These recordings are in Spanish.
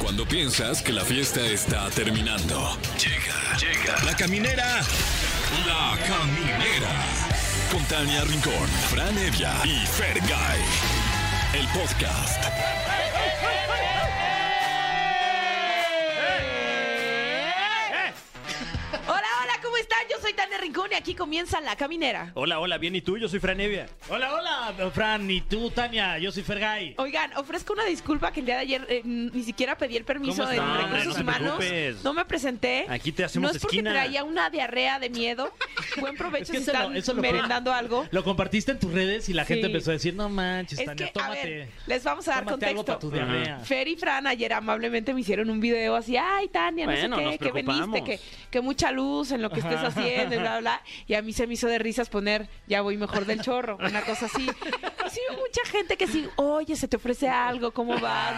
Cuando piensas que la fiesta está terminando. Llega, llega. La caminera. La caminera. Con Tania Rincón, Fran Evia y Fer El podcast. Hola, hola, ¿cómo están? Yo soy Tania Rincón y aquí comienza La Caminera. Hola, hola, bien, ¿y tú? Yo soy Fran Evia. Hola, hola, Fran, y tú, Tania, yo soy Fergay. Oigan, ofrezco una disculpa que el día de ayer eh, ni siquiera pedí el permiso ¿Cómo de estás? recursos No te humanos. preocupes. No me presenté. Aquí te hacemos No es porque esquina. traía una diarrea de miedo. Buen provecho Es que si eso lo- están eso lo- merendando algo. Lo compartiste en tus redes y la gente Sí. empezó a decir, no manches, Es Tania, que, a tómate. ver, les vamos a dar tómate algo para tu contexto. diarrea. Fer y Fran ayer amablemente me hicieron un video así, ay Tania, no Bueno, sé nos qué, que veniste, preocupamos. que, que mucha luz en lo que estés Ajá. haciendo, y bla, bla, bla. Y a mí se me hizo de risas poner, ya voy mejor del chorro, una cosa así. Y sí, hubo mucha gente que sí, oye, se te ofrece algo, ¿cómo vas?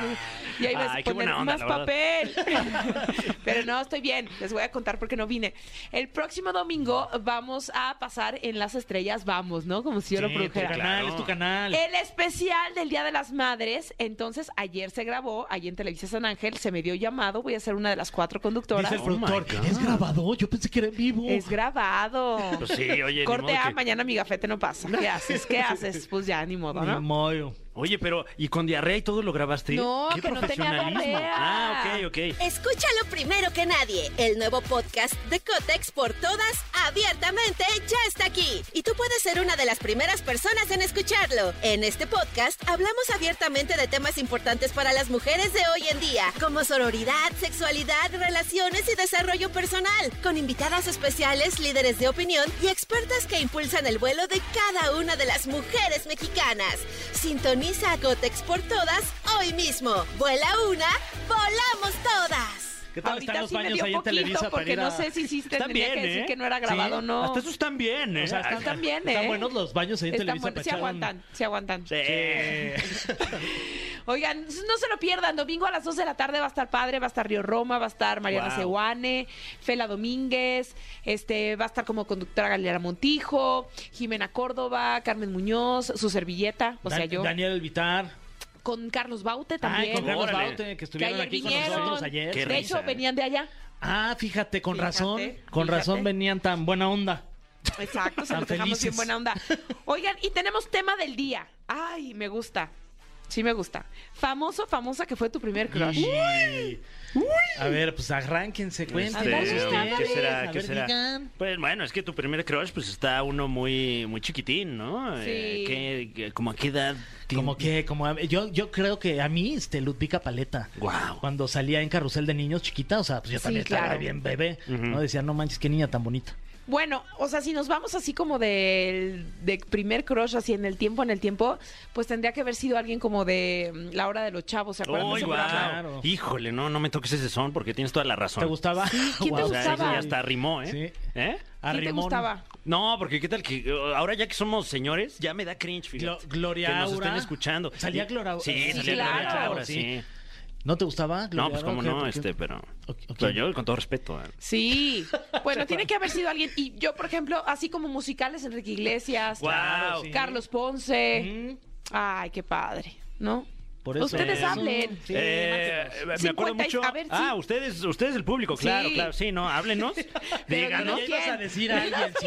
Y ahí vas a Ay, qué poner buena onda, más la verdad. papel. Pero no, estoy bien, les voy a contar por qué no vine. El próximo domingo vamos a pasar en las estrellas, vamos, ¿no? Como si yo lo Sí, tu produjera. canal, Claro. es tu canal. El especial del Día de las Madres. Entonces, ayer se grabó, allí en Televisa San Ángel, se me dio llamado, voy a ser una de las cuatro conductoras. Dice el Oh productor, my God. es grabado, yo pensé que era en vivo. Es grabado. Pues sí, oye, ni Corte modo A, que- mañana mi gafete no pasa. ¿Qué haces? ¿Qué haces? Pues ya, ni modo, Ni ¿no? modo. Oye, pero, ¿y con diarrea y todo lo grabaste? No, ¡Qué que no tenía profesionalismo! diarrea. Ah, ok, ok. Escúchalo primero que nadie. El nuevo podcast de Cotex por todas, abiertamente, ya está aquí. Y tú puedes ser una de las primeras personas en escucharlo. En este podcast hablamos abiertamente de temas importantes para las mujeres de hoy en día, como sororidad, sexualidad, relaciones y desarrollo personal, con invitadas especiales, líderes de opinión y expertas que impulsan el vuelo de cada una de las mujeres mexicanas. Sintoniza a Cotex por todas hoy mismo. Vuela una, volamos todas. ¿Qué tal Ahorita están los sí me baños dio ahí en poquito, Televisa para porque ir a- no sé si sí Están tendría bien, que decir ¿eh? que no era grabado o Sí, no. Hasta eso están bien, ¿eh? O sea, Están tan bien, ¿eh? Están buenos los baños ahí en Están Televisa buen- para se echar un- aguantan, se aguantan. Sí. Oigan, no se lo pierdan. Domingo a las 2 de la tarde va a estar padre, va a estar Río Roma, va a estar Mariana Wow. Sehuane, Fela Domínguez, este, va a estar como conductora Galera Montijo, Jimena Córdoba, Carmen Muñoz, su servilleta, o sea, Dan- yo, Daniel Elvitar. con Carlos Baute Ay, también. con Carlos Órale. Baute, que que estuvieron ayer aquí con vinieron, nosotros ayer. de Qué hecho risa. ¿eh? venían de allá. Ah, fíjate, con Fíjate, razón, con fíjate. razón venían tan buena onda. Exacto, se Tan los dejamos bien felices. buena onda. Oigan, y tenemos tema del día. Ay, me gusta. Sí me gusta. Famoso, famosa que fue tu primer crush. Uy. A ver, pues arránquense, cuenten. Ándale, Este, ándale. ¿Qué será? A ¿Qué ver, será? digan. Pues bueno, es que tu primer crush, pues está uno muy, muy chiquitín, ¿no? Eh, Sí. ¿qué- qué- ¿Cómo a qué edad? Como que, como a- yo, yo creo que a mí, este, Ludvica Paleta. Guau. Cuando salía en carrusel de niños chiquita, o sea, pues yo Sí, también estaba claro. bien bebé. Ujú. No decía, no manches, qué niña tan bonita. Bueno, o sea, si nos vamos así como del de primer crush, así en el tiempo, en el tiempo, pues tendría que haber sido alguien como de mm, La Hora de los Chavos, ¿se acuerdan? de Ay, ese guau. programa? Claro. Híjole, no, no me toques ese son porque tienes toda la razón. ¿Te gustaba? ¿quién te O sea, ese gustaba? ya hasta rimó, ¿eh? Sí. ¿Eh? ¿Quién te Arrimón. gustaba? No, porque qué tal que eh, ahora ya que somos señores, ya me da cringe, Glo- fíjate. Gloria que nos Aura. estén escuchando. ¿Salía Gloria Aura? Sí, Sí, salía Gloria claro. Aura, sí. ¿No te gustaba? Gloria No, pues Aura? como ¿Qué? no, ¿Por qué? este, pero... Ok, ok. pero yo con todo respeto. ¿eh? Sí. Bueno, tiene que haber sido alguien. Y yo, por ejemplo, así como musicales, Enrique Iglesias, Guau. Sí. Carlos Ponce. Mm, Ay, qué padre, ¿no? Por eso. Ustedes Eh, hablen. sí, Eh, máximos. me 50 acuerdo y- mucho. a ver, sí. Ah, ustedes, ustedes el público, claro, Sí. claro, sí, no, háblenos, ¿no? díganos. Ya ibas a ¿Quién? decir a alguien, sí.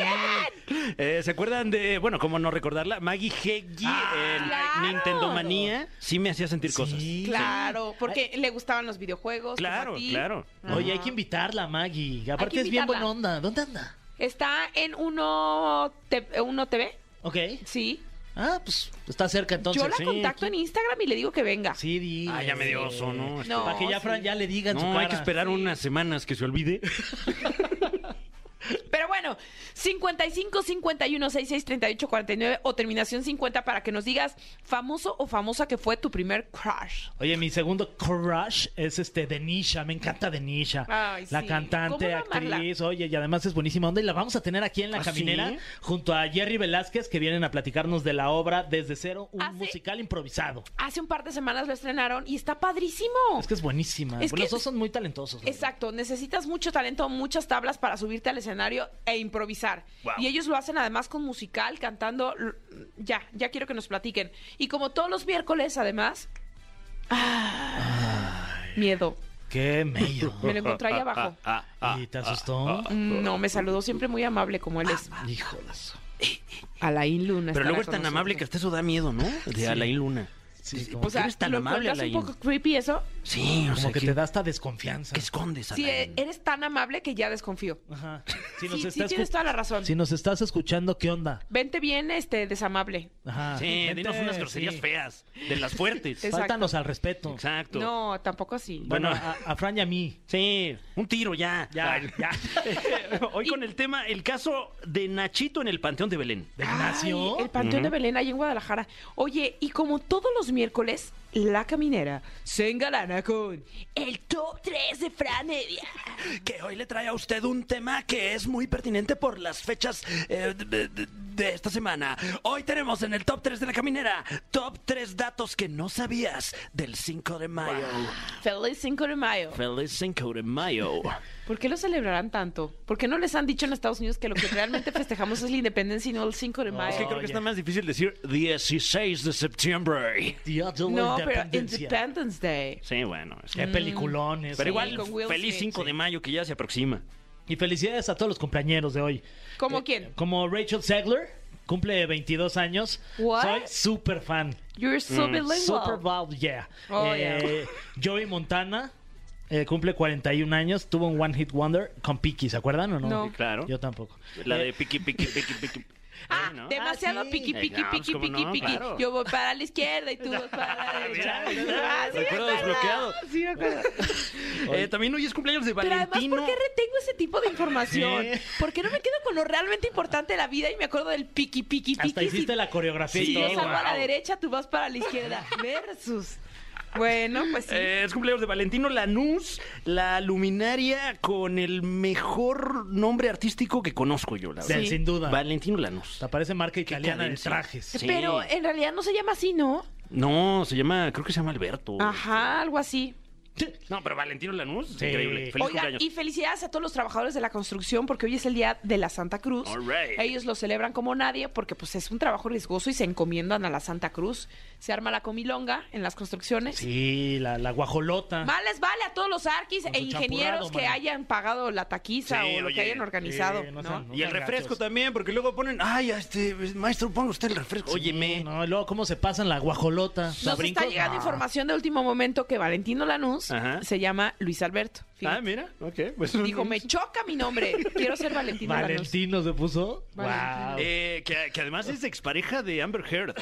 Eh, ¿Se acuerdan de, bueno, cómo no recordarla? Maggie Heggie en Ah, claro. Nintendo Manía sí me hacía sentir cosas. Sí. Claro, porque le gustaban los videojuegos. como a Claro, ti. claro. Ajá. Oye, hay que invitarla, Maggie. Aparte es bien buena invitarla. onda. ¿Dónde anda? Está en Uno, Te- Uno TV, Ok. sí. Ah, pues está cerca entonces. Yo la sí, contacto aquí- en Instagram y le digo que venga. Sí, di. Ah, ya me dio oso, ¿no? Este, No, Para que ya sí. Fran ya le diga en su No, hay cara. que esperar unas semanas que se olvide. Pero bueno, Bueno, 55 51 66 38 49 o terminación 50 para que nos digas famoso o famosa que fue tu primer crush. Oye, mi segundo crush es este Denisha, me encanta Denisha. Ay, la sí. cantante, ¿Cómo no amarla? actriz, oye, y además es buenísima onda y la vamos a tener aquí en la ¿Ah, caminera sí? junto a Jerry Velázquez que vienen a platicarnos de la obra Desde Cero, un ¿Ah, sí? musical improvisado. Hace un par de semanas lo estrenaron y está padrísimo. Es que es buenísima. Es que- Los dos son muy talentosos. la verdad. Exacto, necesitas mucho talento, muchas tablas para subirte al escenario e improvisar. Wow. Y ellos lo hacen además con musical, cantando. l- Ya, ya quiero que nos platiquen. Y como todos los miércoles, además. ah, miedo. Qué mello. Me lo encontré ahí abajo. Ah, Ah, ¿Y te asustó? No, me saludó siempre muy amable como él es. Híjolas. Alain Luna. Pero estará luego es con tan amable que nosotros. hasta eso da miedo, ¿no? De Alain Luna. Pues, Sí, como, O sea, eres tan ¿lo amable, encuentras Alain? un poco creepy eso? Sí, o como sea, que ¿qué- te da hasta desconfianza. ¿Qué escondes, Sí, eh, Alain? eres tan amable que ya desconfío. Ajá. Si Sí, nos, sí, estás tienes toda la razón. si nos estás escuchando, ¿qué onda? Vente bien, este, desamable. Ajá. Sí, Vente, dinos unas groserías sí. feas, de las fuertes. Ah, Es- Fáltanos al respeto. Exacto. No, tampoco así. Bueno, Bueno. a, a Fran y a mí. Sí, un tiro ya. Ya, Ay. Hoy con el tema, el caso de Nachito en el Panteón de Belén. ¿De Ay, Ignacio? el Panteón de Belén ahí en Guadalajara. Oye, y como todos los miércoles, la caminera se engalana con el top 3 de Fran Evia. Que hoy le trae a usted un tema que es muy pertinente por las fechas eh, de, de- de esta semana. Hoy tenemos en el top 3 de la caminera, top 3 datos que no sabías del 5 de mayo. Feliz 5 de mayo. Feliz 5 de mayo. ¿Por qué lo celebrarán tanto? ¿Por qué no les han dicho en Estados Unidos que lo que realmente festejamos es la independencia y no el 5 de No, mayo? es Que creo Oye. que está más difícil decir 16 de septiembre. Día de la no, pero Independencia. Independence Day. Sí, bueno. es que- Qué peliculones. eh. Pero Mm. Sí, igual, con Will feliz Smith, 5 de mayo que ya se aproxima. Y felicidades a todos los compañeros de hoy. ¿Cómo Eh, quién? Como Rachel Zegler, cumple 22 años. What? Soy super fan. You're so bilingual. mm, Super Bowl, yeah. Oh, Eh, Joey Montana eh, cumple 41 años, tuvo un One Hit Wonder con Piki, ¿se acuerdan o no? No. Sí, claro. Yo tampoco. La Eh, de piqui, piqui, piqui, piqui. Ah, Sí, ¿no? demasiado Ah, sí. piqui, piqui, Eh, no, piqui, pues, ¿cómo piqui, no? piqui. Claro. Yo voy para la izquierda y tú vas para la derecha. Mira, mira, Ah, sí, recuerdo me acuerdo. desbloqueado. Sí, me acuerdo. Eh, también hoy es cumpleaños de Pero además, Valentino. ¿por qué retengo ese tipo de información? Sí. ¿Por qué no me quedo con lo realmente importante de la vida y me acuerdo del piqui, piqui, piqui? Hasta hiciste la coreografía Si y yo todo. Sí, salgo a la wow. derecha, tú vas para la izquierda. Versus. Bueno, pues sí. Eh, es cumpleaños de Valentino Lanús, la luminaria con el mejor nombre artístico que conozco yo, la Sí, verdad. Sí. Sin duda. Valentino Lanús. Te parece marca italiana de cadencia. trajes. sí. Pero en realidad no se llama así, ¿no? No, se llama, creo que se llama Alberto. Ajá, algo así. No, pero Valentino Lanús, Sí. increíble. Feliz Oigan, cumpleaños. y felicidades a todos los trabajadores de la construcción porque hoy es el día de la Santa Cruz. All right. Ellos lo celebran como nadie porque pues es un trabajo riesgoso y se encomiendan a la Santa Cruz. Se arma la comilonga en las construcciones. Sí, la, la guajolota. Más les vale a todos los arquis Con e su ingenieros champurrado, que mano. hayan pagado la taquiza Sí, o lo oye, que hayan organizado. sí, no ¿no? sean- Y el Gachos. refresco también, porque luego ponen, ay, este, maestro, ponga usted el refresco. Óyeme. No, y luego cómo se pasan la guajolota. Nos está llegando información de último momento que Valentino Lanús Ajá. se llama Luis Alberto. Ah, Fíjate. mira, ok. Pues, Dijo, me choca mi nombre. Quiero ser Valentino Lanús. Valentino se puso. Valentino. Wow. Ah, Eh, que, que además es expareja de Amber Heard.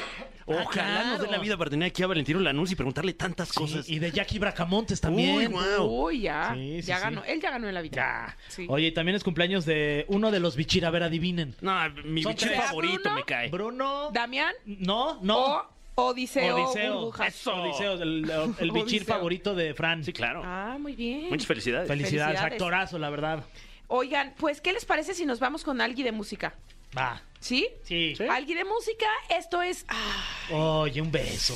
Ojalá nos claro. dé la vida para tener aquí a Valentino Lanús y preguntarle tantas Sí, cosas. y de Jackie Bracamontes también. Uy, guau. Uy, ya. Sí, sí, ya sí. ganó. Él ya ganó en la vida. Ya. Sí. Oye, y también es cumpleaños de uno de los Bichir. A ver, adivinen. No, mi Son bichir tres. favorito Bruno, me cae. Bruno. Damián no, no. o Odiseo, Odiseo. Burbuja. Eso. Odiseo, el, el Bichir Odiseo. favorito de Fran. Sí, claro. Ah, muy bien. Muchas felicidades. Felicidades, Felicidades. actorazo, la verdad. Oigan, pues, ¿qué les parece si nos vamos con alguien de música? Va. ¿Sí? Sí. Alguien de música, esto es... ah, Oye, un beso.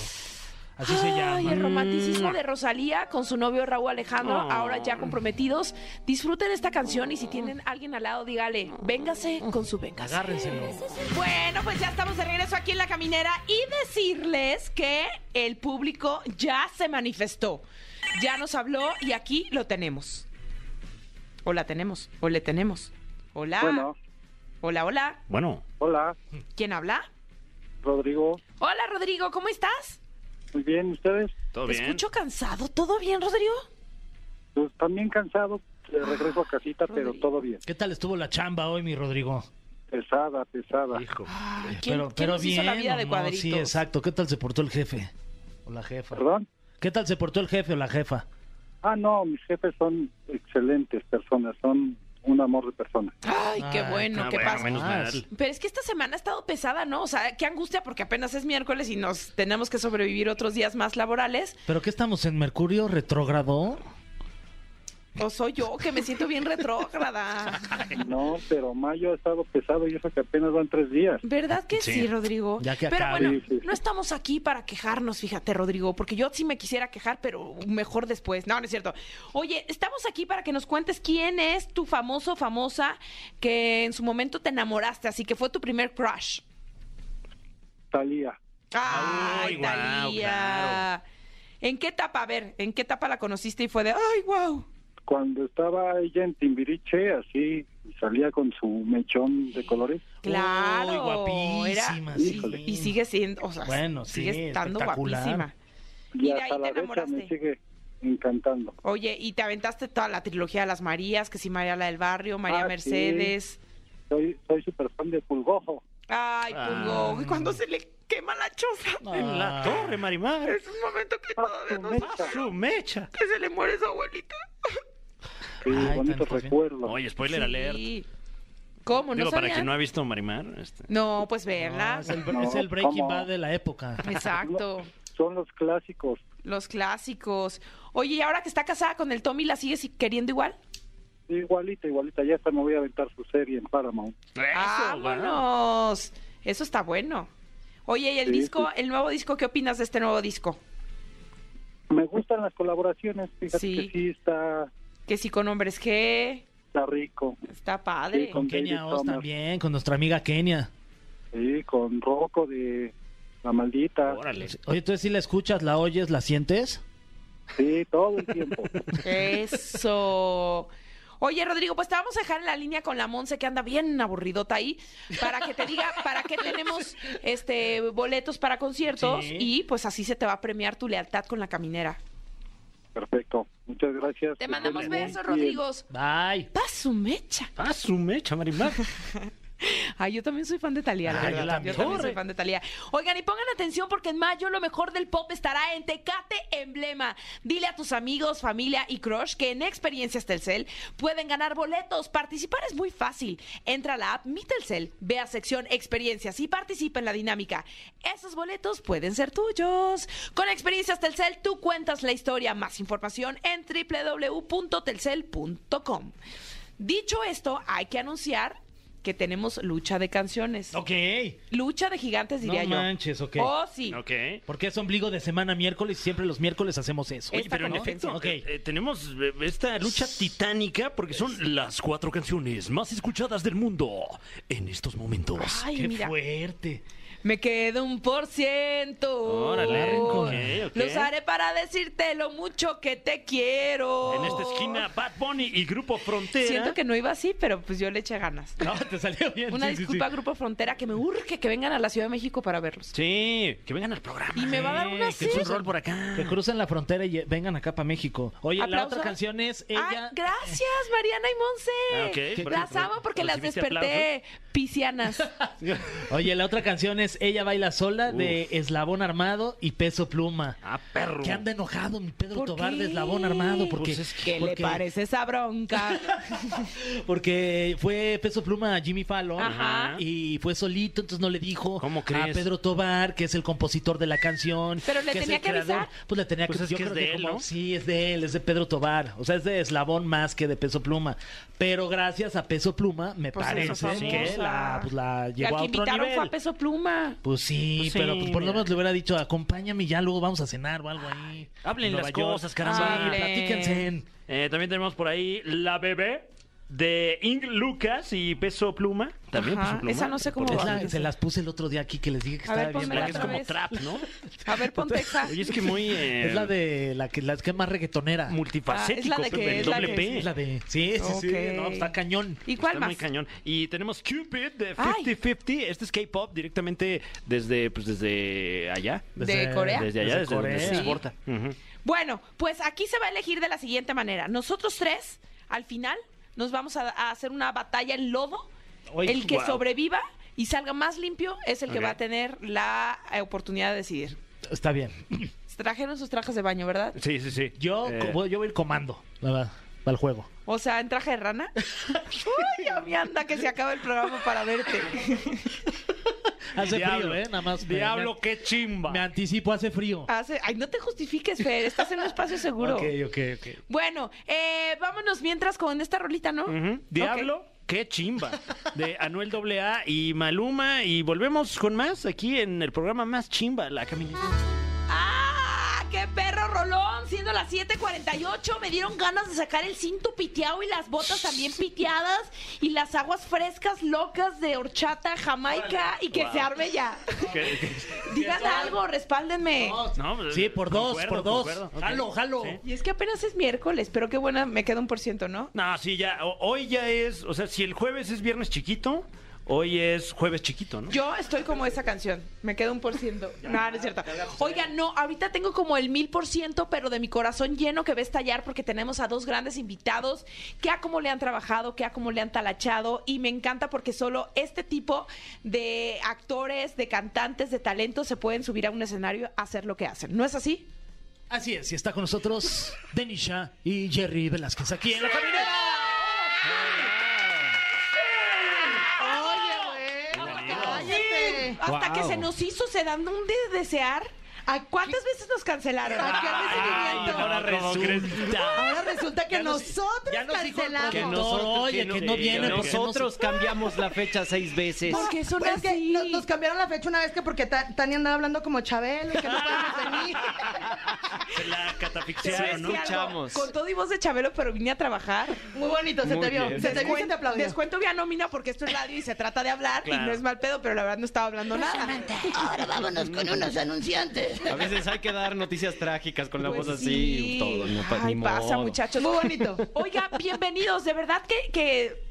Así se Ay, el llama. romanticismo de Rosalía con su novio Raúl Alejandro, ahora ya comprometidos. Disfruten esta canción y si tienen alguien al lado, dígale, véngase con su véngase. Agárrenselo. Bueno, pues ya estamos de regreso aquí en La Caminera y decirles que el público ya se manifestó, ya nos habló y aquí lo tenemos. O la tenemos, o le tenemos. Hola. Bueno, Hola, hola. Bueno, hola, ¿Quién habla? Rodrigo. Hola, Rodrigo, ¿cómo estás? Muy bien, ¿ustedes? todo Te bien. escucho cansado. ¿Todo bien, Rodrigo? Pues también cansado, de regreso a casita, pero Rodrigo. todo bien. ¿Qué tal estuvo la chamba hoy, mi Rodrigo? Pesada, pesada. Hijo. Ah, Ay, ¿quién, Pero, quién pero nos bien. hizo la vida ¿o de no? cuadritos? Sí, exacto. ¿Qué tal se portó el jefe? O la jefa. ¿Perdón? ¿Qué tal se portó el jefe o la jefa? Ah, no, mis jefes son excelentes personas, son un amor de persona. Ay, qué Ay, bueno, Ah, qué bueno, paz. menos Ah, mal. Pero es que esta semana ha estado pesada, ¿no? O sea, qué angustia porque apenas es miércoles y nos tenemos que sobrevivir otros días más laborales. ¿Pero qué estamos en Mercurio retrógrado? O soy yo que me siento bien retrógrada. No, pero mayo ha estado pesado y eso que apenas van tres días. ¿Verdad que sí, Sí. Rodrigo? Ya que pero acabe. bueno, Sí, sí, sí. no estamos aquí para quejarnos, fíjate, Rodrigo, porque yo sí me quisiera quejar, pero mejor después. No, no es cierto. Oye, estamos aquí para que nos cuentes quién es tu famoso, famosa, que en su momento te enamoraste, así que fue tu primer crush. Talía, ¡Ay, Ay, guau, Thalía! claro. ¿En qué etapa? A ver, ¿en qué etapa la conociste y fue de, ay, wow? cuando estaba ella en Timbiriche, así salía con su mechón de colores. Claro. Uy, guapísima, era- sí. y, y sigue siendo, o sea, Bueno, sí, sigue estando espectacular. guapísima. Y, Y de ahí hasta te la fecha enamoraste. me sigue encantando. Oye, y te aventaste toda la trilogía de las Marías, que si María la del Barrio, María Ah, sí. Mercedes. Soy, soy súper fan de Pulgojo. Ay, Ah. Pulgo, y cuando se le quema la choza. En la Ah. torre, Marimar. Es un momento que todavía no mecha. sabe Su mecha. que se le muere su abuelita. Sí, Ay, bonitos tantos, ¿eh? recuerdos. Oye, spoiler alert. Sí. ¿Cómo? ¿No Digo, para sabían? quien no ha visto Marimar. este, No, pues Ah, verla. es, el, No, es el Breaking ¿cómo? Bad de la época. Exacto. Son los clásicos. Los clásicos. Oye, y ahora que está casada con el Tommy, ¿la sigues queriendo igual? Igualita, igualita. Ya hasta me voy a aventar su serie en Paramount. Ah, Eso, guau. ¡Vámonos! Eso está bueno. Oye, ¿y el Sí, disco, sí. el nuevo disco, qué opinas de este nuevo disco? Me gustan las colaboraciones. Fíjate Sí. que sí está, Que si con hombres G, está rico. está padre. Sí, Con Con Kenia David Oz Thomas. también, con nuestra amiga Kenia. Sí, con Rocco de La Maldita. Órale. Oye, ¿tú sí la escuchas, la oyes, la sientes? Sí, todo el tiempo. Eso. Oye, Rodrigo, pues te vamos a dejar en la línea con la Monse, que anda bien aburridota ahí, para que te diga para qué tenemos este boletos para conciertos Sí. y pues así se te va a premiar tu lealtad con la caminera. Perfecto. Muchas gracias. Te Que mandamos estén muy besos, bien. Rodrigos. Bye. Paso mecha. Ah, su mecha, Marimar. Ay, yo también soy fan de Talía, la Ay, verdad. Ah, yo Yo también. también soy fan de Talía. Oigan, y pongan atención porque en mayo lo mejor del pop estará en Tecate Emblema. Dile a tus amigos, familia y crush que en Experiencias Telcel pueden ganar boletos. Participar es muy fácil. Entra a la app Mi Telcel, ve a sección Experiencias y participa en la dinámica. Esos boletos pueden ser tuyos. Con Experiencias Telcel tú cuentas la historia. Más información en www.telcel.com. Dicho esto, hay que anunciar que tenemos lucha de canciones. Ok. Lucha de gigantes, diría No yo. manches, ok. Oh, sí. Ok. Porque es ombligo de semana miércoles y siempre los miércoles hacemos eso. Oye, Esta pero en competencia. efecto, Ok. eh, eh, tenemos eh, esta lucha titánica porque son las cuatro canciones más escuchadas del mundo en estos momentos. Ay, Qué mira. fuerte. Me queda un por ciento. Órale, ok, ok. Lo usaré para decirte lo mucho que te quiero. En esta esquina, ¿eh? Bad Bunny y Grupo Frontera. Siento que no iba así, pero pues yo le eché ganas. No, te salió bien. Una sí, sí, disculpa, sí. Grupo Frontera, que me urge que vengan a la Ciudad de México para verlos. Sí, que vengan al programa. Y me va a dar una que es sed. un rol por acá. Que crucen la frontera y vengan acá para México. Oye, la ¿Aplauso? otra canción es Ah, ella. gracias, Mariana y Ah, Monse. ok. ¿Qué- Las re- amo porque las recibiste desperté pisianas. Oye, la otra canción es Ella baila sola de Eslabón Armado y Peso Pluma. Ah, perro. Que anda enojado mi Pedro ¿Por Tobar qué? de Eslabón Armado porque Pues es que- ¿Qué le porque- parece esa bronca? porque fue Peso Pluma a Jimmy Fallon Ajá. y fue solito, entonces no le dijo ¿Cómo a crees? Pedro Tobar, que es el compositor de la canción, Pero le es tenía el que creador. avisar. Pues le tenía Pues que es que es de él, ¿no? Sí, es de él, es de Pedro Tobar, o sea, es de Eslabón más que de Peso Pluma, pero gracias a Peso Pluma me Pues parece esa que famosa. la pues la Y al llevó a que otro invitaron nivel. fue a Peso Pluma. Pues sí, Pues sí, pero pues, por lo mira. menos le hubiera dicho, acompáñame y ya luego vamos a cenar o algo ahí. Ah, hablen En Nueva las York. cosas, caramba. Ah, Sí, platíquense. Eh, también tenemos por ahí La Bebé de Ing Lucas y Peso Pluma. También Ajá, Peso Pluma. esa no sé cómo Es Porque la- va. se las puse el otro día aquí que les dije que A ver, estaba bien. es la que es buena. otra como vez. trap, ¿no? A ver, ponte esa. Oye, es que muy... eh, Es la de la que, la que es más reggatonera. Ah, Multifacético, es la de Pepe, que- el es la doble que- P. Es la de. Sí, sí, sí. Ok. no, está cañón. ¿Y cuál Está más? muy cañón. Y tenemos Cupid de Ay. 50-50. Este es K-pop directamente desde, pues, desde allá. ¿De Corea? Desde allá, desde, donde se Corea. exporta. Ujú. Bueno, pues aquí se va a elegir de la siguiente manera. Nosotros tres, al final, nos vamos a, a hacer una batalla en lodo. Ay, el que guau. sobreviva y salga más limpio es el que Ok. va a tener la eh, oportunidad de decidir. Está bien. Trajeron sus trajes de baño, ¿verdad? Sí, sí, sí. Yo, Eh, voy- yo voy a ir comando, la verdad. para el juego. O sea, en traje de rana. Uy, a mí anda que se acaba el programa para verte. Hace Diablo, frío, ¿eh? Nada más. me- Diablo, me- qué chimba. Me anticipo, hace frío. Hace- Ay, no te justifiques, Fer. Estás en un espacio seguro. Ok, ok, ok. Bueno, eh, vámonos mientras con esta rolita, ¿no? Ujú. Diablo, qué chimba. De Anuel AA y Maluma. Y volvemos con más aquí en el programa más chimba, La Caminera. ¡Ah! ¡Qué perro rolón! Siendo las 7:48, me dieron ganas de sacar el cinto piteado y las botas también piteadas y las aguas frescas locas de horchata jamaica y que se arme ya. Que- que- Digan algo, respáldenme. No, pues, Sí, por dos, concuerdo, por dos. concuerdo. Ok. Jalo, jalo. Sí. Y es que apenas es miércoles, pero qué buena, me queda un por ciento, ¿no? No, sí, ya. o- Hoy ya es. O sea, si el jueves es viernes chiquito, hoy es jueves chiquito, ¿no? Yo estoy como esa canción, me queda un por ciento. No, no es cierto. Oigan, no, ahorita tengo como el mil por ciento, pero de mi corazón lleno que va a estallar porque tenemos a dos grandes invitados que a cómo le han trabajado, que a cómo le han talachado y me encanta porque solo este tipo de actores, de cantantes, de talentos se pueden subir a un escenario a hacer lo que hacen. ¿No es así? Así es, y está con nosotros Denisha y Jerry Velázquez aquí en la caminera. Cállate. Hasta que se nos hizo, se dan un de desear. ¿A cuántas veces nos cancelaron? Ay, ahora resulta. Ahora resulta que nosotros ya nos dijo el cancelamos. Que nosotros, oye, que no viene, que ¿por qué no Nosotros cambiamos la fecha seis veces. Porque son Pues es que así. no- nos, cambiaron la fecha una vez que porque Ta- Tania andaba hablando como Chabelo y que no podíamos venir. Se la ¿Sabes catafixiaron, ¿no? qué algo? Escuchamos. Con todo y voz de Chabelo, pero vine a trabajar. Muy bonito, se Muy te vio. bien. Se te vio y se te aplaudió. Descuento vía nómina porque esto es radio y se trata de hablar y Claro. no es mal pedo, pero la verdad no estaba hablando nada. Ahora vámonos con unos anunciantes. A veces hay que dar noticias trágicas con la Pues voz así sí. y todo. No, pa- Ay, ni pasa, modo. muchachos. Muy bonito. Oiga, bienvenidos. De verdad que, que-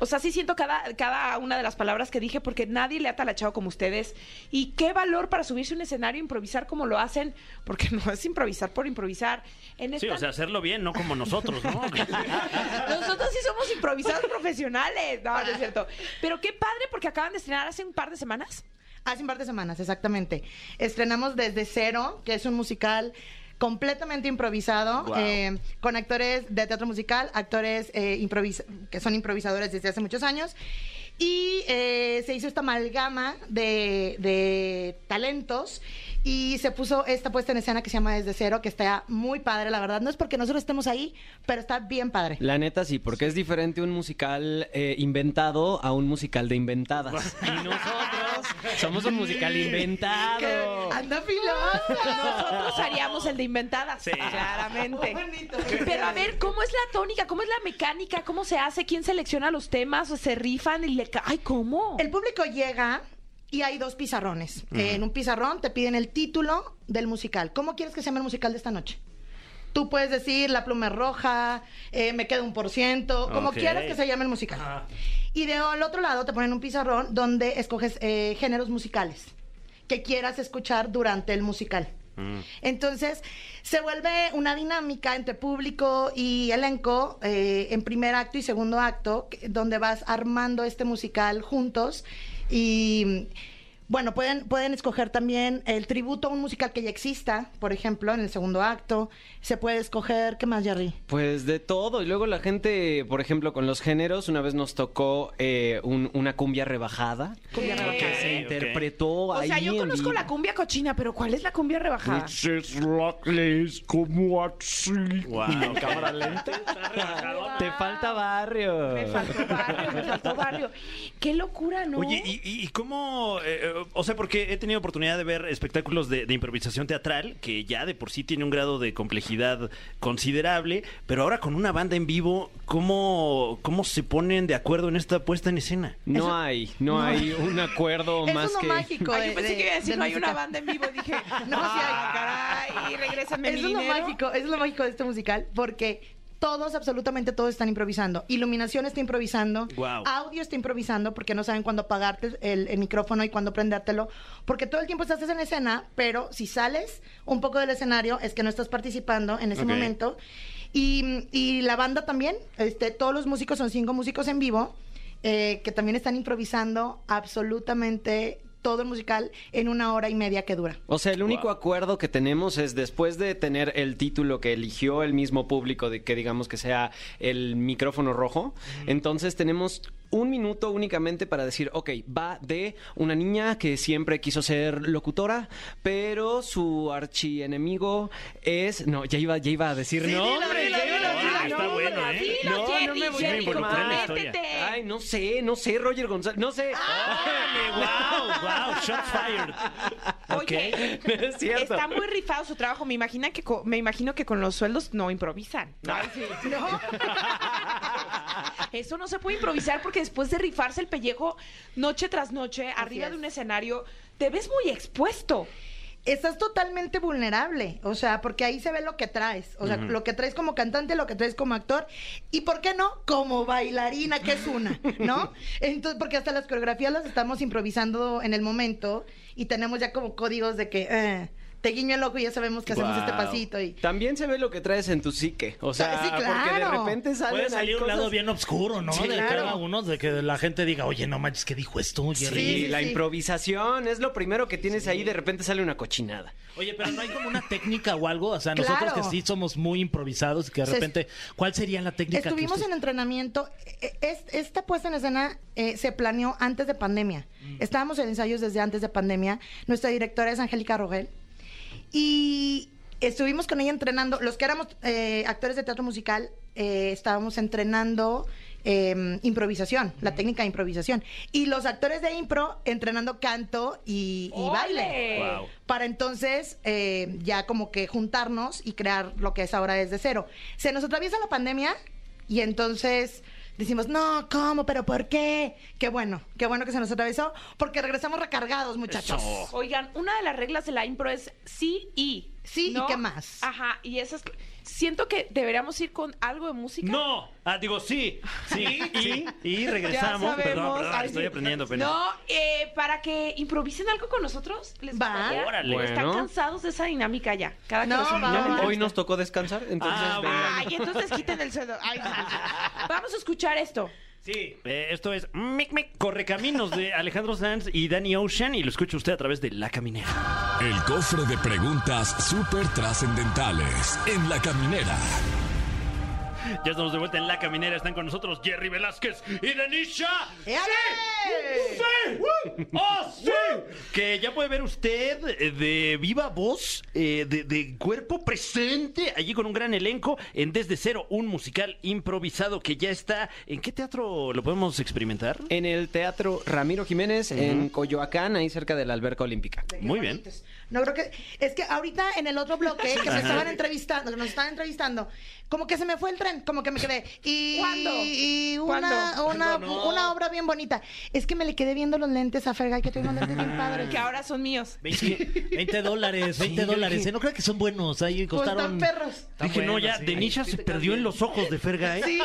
O sea, sí siento cada, cada una de las palabras que dije porque nadie le ha talachado como ustedes. Y qué valor para subirse a un escenario e improvisar como lo hacen, porque no es improvisar por improvisar. En esta... Sí, o sea, hacerlo bien, no como nosotros, ¿no? Nosotros sí somos improvisados profesionales. No, no es cierto. Pero qué padre, porque acaban de estrenar hace un par de semanas. Hace un par de semanas, exactamente. Estrenamos Desde Cero, que es un musical completamente improvisado, Wow. eh, con actores de teatro musical, actores eh, improvisa- que son improvisadores desde hace muchos años. Y eh, se hizo esta amalgama de, de talentos y se puso esta puesta en escena que se llama Desde Cero, que está muy padre, la verdad. No es porque nosotros estemos ahí, pero está bien padre. La neta sí, porque es diferente un musical eh, inventado a un musical de inventadas. Y nosotros somos un musical inventado. ¡Anda filosa! Nosotros haríamos el de inventadas, claramente. Muy bonito. Pero a ver, ¿cómo es la tónica? ¿Cómo es la mecánica? ¿Cómo se hace? ¿Quién selecciona los temas? ¿O se rifan y le ca- ay, ¿cómo? El público llega y hay dos pizarrones. En un pizarrón te piden el título del musical. ¿Cómo quieres que se llame el musical de esta noche? Tú puedes decir La pluma es roja, eh, Me queda un por ciento, como Ok. quieras que se llame el musical. Y del otro lado te ponen un pizarrón donde escoges eh, géneros musicales que quieras escuchar durante el musical. Mm. Entonces, se vuelve una dinámica entre público y elenco eh, en primer acto y segundo acto, que- donde vas armando este musical juntos y... Bueno, pueden, pueden escoger también el tributo a un musical que ya exista, por ejemplo, en el segundo acto. Se puede escoger, ¿qué más, Jerry? Pues de todo. Y luego la gente, por ejemplo, con los géneros, una vez nos tocó eh, un- una cumbia rebajada. Cumbia Que rebajada. Ok, se ok. interpretó O sea, ahí yo en conozco la vivo. cumbia cochina, pero ¿cuál es la cumbia rebajada? Wow, en cámara lenta. Te falta barrio. Pues, Me faltó ah. barrio, me faltó barrio. Qué locura, ¿no? Oye, ¿y, y- y cómo? eh, eh, o sea, porque he tenido oportunidad de ver espectáculos de, de improvisación teatral que ya de por sí tiene un grado de complejidad considerable, pero ahora con una banda en vivo, ¿cómo, cómo se ponen de acuerdo en esta puesta en escena? No hay, no, hay un acuerdo Eso más es lo que. mágico. Ay, yo de- pensé que iba a decir, del no hay una musical. banda en vivo. Dije, No, sí hay. ah, caray, regrésenme mi Eso es lo dinero. mágico, eso es lo mágico de este musical, porque todos, absolutamente todos están improvisando. Iluminación está improvisando, Guau. audio está improvisando, porque no saben cuándo apagarte el, el micrófono y cuándo prendértelo, porque todo el tiempo estás en escena, pero si sales un poco del escenario es que no estás participando en ese Ok. momento. Y, y la banda también, este, todos los músicos son cinco músicos en vivo, eh, que también están improvisando absolutamente todo el musical en una hora y media que dura. O sea, el único acuerdo que tenemos es después de tener el título que eligió el mismo público, de que digamos que sea el micrófono rojo, entonces tenemos un minuto únicamente para decir, ok, va de una niña que siempre quiso ser locutora, pero su archienemigo es... No, ya iba, ya iba a decir Sí, no. dilo, hombre, dilo, ya dilo, iba a dilo, decir- dilo, está bueno, dilo, ¿eh? dilo, No, Jenny, no me voy a Jenny, involucrar en la comprométete. historia. Ay, no sé, no sé, Roger González, no sé. Ah. wow, wow, shot fired. Oye, No es cierto. está muy rifado su trabajo. Me, imagina que co- me imagino que con los sueldos no improvisan. No. Eso no se puede improvisar porque después de rifarse el pellejo noche tras noche, arriba es. de un escenario, te ves muy expuesto. Estás totalmente vulnerable, o sea, porque ahí se ve lo que traes, o sea, lo que traes como cantante, lo que traes como actor y, ¿por qué no? Como bailarina, que es una, ¿no? Entonces, porque hasta las coreografías las estamos improvisando en el momento y tenemos ya como códigos de que eh, te guiño el ojo y ya sabemos que hacemos este Guau. pasito y... También se ve lo que traes en tu psique. O sea, Sí, porque de claro. repente salen Puede ahí salir un lado cosas- bien oscuro, ¿no? Sí, de claro. cada uno, de que la gente diga, oye, no manches, ¿qué dijo esto? Sí, Jerry?" Sí, sí, la sí. improvisación es lo primero que tienes ahí, de repente sale una cochinada. Oye, pero no hay como una técnica o algo. O sea, Claro. nosotros que sí somos muy improvisados y que de O sea, repente, ¿cuál sería la técnica? que Estuvimos ustedes- en entrenamiento. e- e- es- Esta puesta en escena eh, se planeó antes de pandemia. Mm. Estábamos en ensayos desde antes de pandemia. Nuestra directora es Angélica Rogel. Y estuvimos con ella entrenando. Los que éramos eh, actores de teatro musical eh, estábamos entrenando eh, improvisación, Mm. la técnica de improvisación. Y los actores de impro entrenando canto y, y ¡Ole! baile. Guau. Para entonces eh, ya como que juntarnos y crear lo que es ahora desde cero. Se nos atraviesa la pandemia y entonces decimos, no, ¿cómo? ¿Pero por qué? Qué bueno, qué bueno que se nos atravesó porque regresamos recargados, muchachos. Oigan, una de las reglas de la impro es sí y. Sí, ¿y qué más? Ajá, y esas. Siento que deberíamos ir con algo de música. No, ah, digo sí, sí, y, y regresamos. Ya Perdón, sabemos. perdón, Ay, estoy sí. aprendiendo apenas. No, eh, para que improvisen algo con nosotros, les Va. gustaría? Órale. Están Bueno. cansados de esa dinámica ya. Cada que No, los va, invitan a va, va. Hoy entrevistar. nos tocó descansar, entonces Ah, venga. Ay, entonces quiten el sueldo. Ay, no. Vamos a escuchar esto. Sí. Eh, esto es Mic Mic Correcaminos de Alejandro Sanz y Danny Ocean y lo escucha usted a través de La Caminera. El cofre de preguntas súper trascendentales en la caminera. Ya estamos de vuelta en La Caminera. Están con nosotros Jerry Velázquez y Danisha. ¡Eh, ¡Éale! ¡Sí! ¡Oh, sí! Que ya puede ver usted eh, de viva voz, eh, de, de cuerpo presente, allí con un gran elenco en Desde Cero, un musical improvisado que ya está. ¿En qué teatro lo podemos experimentar? Eh, En el Teatro Ramiro Jiménez, en Coyoacán, ahí cerca de la Alberca Olímpica. Qué Muy bien. bonitos. No creo que. Es que ahorita en el otro bloque que se estaban entrevistando, que nos estaban entrevistando, como que se me fue el tren, como que me quedé. Y, ¿Cuándo? y una, ¿Cuándo? Una, una obra bien bonita. Es que me le quedé viendo los lentes a Fergay, que tengo unos lentes bien padres. Que ahora son míos. 20, 20 dólares, 20 dólares. ¿eh? No creo que son buenos. Ahí Pues están costaron. perros. Está Dije, no, bueno, ya, sí. Denisha se perdió en los ojos de Fergay. Sí.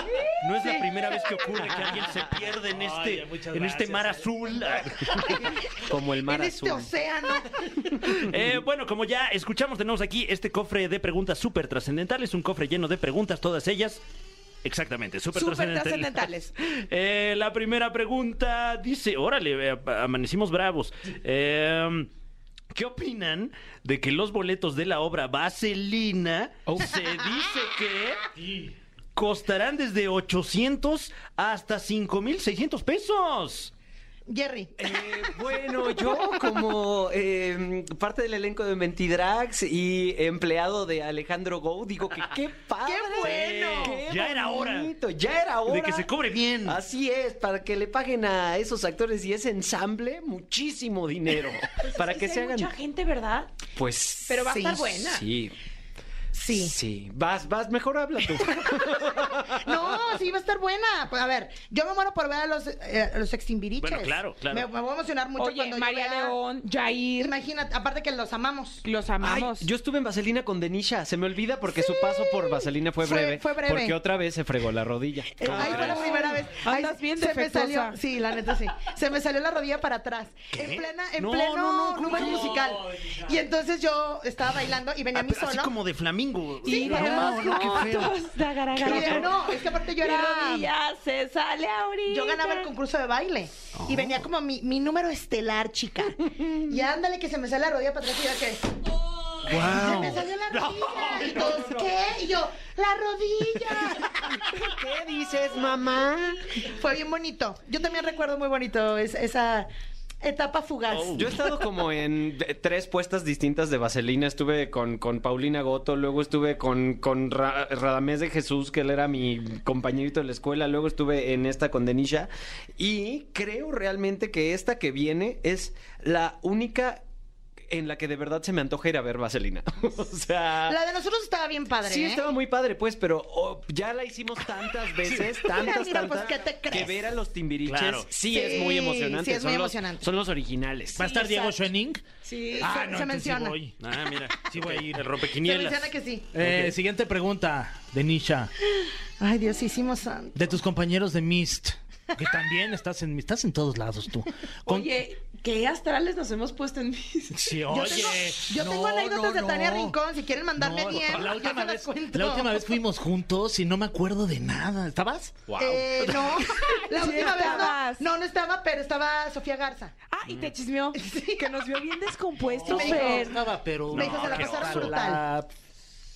No es la primera vez que ocurre que alguien se pierde en Ay, este, muchas en este gracias, mar eh. azul. Como el mar en este azul. océano. Eh, bueno, como ya escuchamos, tenemos aquí este cofre de preguntas súper trascendentales, un cofre lleno de preguntas, todas ellas. Exactamente, súper Súper trascendentales. Eh, la primera pregunta dice, órale, eh, amanecimos bravos. Eh, ¿Qué opinan de que los boletos de la obra Vaselina se dice que costarán desde 800 hasta 5,600 pesos? Jerry. Eh, bueno, yo como eh, parte del elenco de Mentidrags y empleado de Alejandro Go, digo que qué padre. ¡Qué bueno! Qué Ya era hora. bonito, Ya era hora. De que se cobre bien. Así es, para que le paguen a esos actores y ese ensamble muchísimo dinero. para Sí, que Pues sí se hay hagan. mucha gente, ¿verdad? Pues. Pero va a Sí, estar buena. Sí. Sí. Sí. Vas, vas, mejor habla tú. No, sí, va a estar buena. Pues, a ver, yo me muero por ver a los, eh, a los extimbiriches. Bueno, claro, claro. Me, me voy a emocionar mucho Oye, cuando yo María vea- León, Jair, Imagínate, aparte que los amamos. los Ay, amamos. yo estuve en Vaselina con Denisha. Se me olvida porque su paso por Vaselina fue Fue- breve. fue breve. Porque otra vez se fregó la rodilla. Eh, Ahí fue la primera vez. Ahí Andas bien se me defectuosa. salió, Sí, la neta sí. Se me salió la rodilla para atrás. En plena, en No, pleno no, no, ¿cómo número crees? musical. Y entonces yo estaba bailando y venía Ah, mi pero así solo. como de flamingo. Sí, no, bailamos no, qué feo. Juntos, da, gara, Y gara. de- no, es que aparte aparte yo Mi era... rodilla se sale ahorita. Yo ganaba el concurso de baile y Oh. venía como mi, mi número estelar, chica. Y ándale que se me sale la rodilla para atrás y yo que... Se me salió la rodilla. y todos, ¿qué? Y yo, la rodilla. ¿Qué dices, mamá? Fue bien bonito. Yo también recuerdo muy bonito es- esa etapa fugaz. Oh. Yo he estado como en de- tres puestas distintas de vaselina. Estuve con, con Paulina Goto, luego estuve con, con Ra- Radamés de Jesús, que él era mi compañerito de la escuela, luego estuve en esta con Denisha. Y creo realmente que esta que viene es la única en la que de verdad se me antoja ir a ver vaselina. o sea... La de nosotros estaba bien padre. Sí, ¿eh? estaba muy padre, pues, pero oh, ya la hicimos tantas veces, tantas, Mira, tantas, pues, ¿qué te que crees? ver a los timbiriches Claro. sí, Sí, es muy emocionante. sí es son muy los- emocionante. Son los originales. ¿Va a estar Diego Exacto. Schoening? Sí, Ah, se, no, se entonces menciona. Sí voy. Ah, mira. Sí voy a ir. El se rompequinielas. menciona que sí. Eh, Siguiente pregunta, Denisha. Ay, Dios, hicimos santo. De tus compañeros de Mist, que también estás en estás en todos lados tú. Con- Oye, ¿qué astrales nos hemos puesto en mis... Sí, Yo oye. tengo, yo tengo no, anécdotas no, de Tania no. Rincón. Si quieren mandarme No, bien, la acá última, se las vez, cuento. la última vez fuimos juntos y no me acuerdo de nada. ¿Estabas? Eh, no, la Sí última vez no. estabas. No, no estaba, pero estaba Sofía Garza. Ah, y te chismeó. Que nos vio bien descompuestos, Sí, me dijo, Fer. estaba, pero. Me dijo, No, se la qué pasaron oso. brutal. La-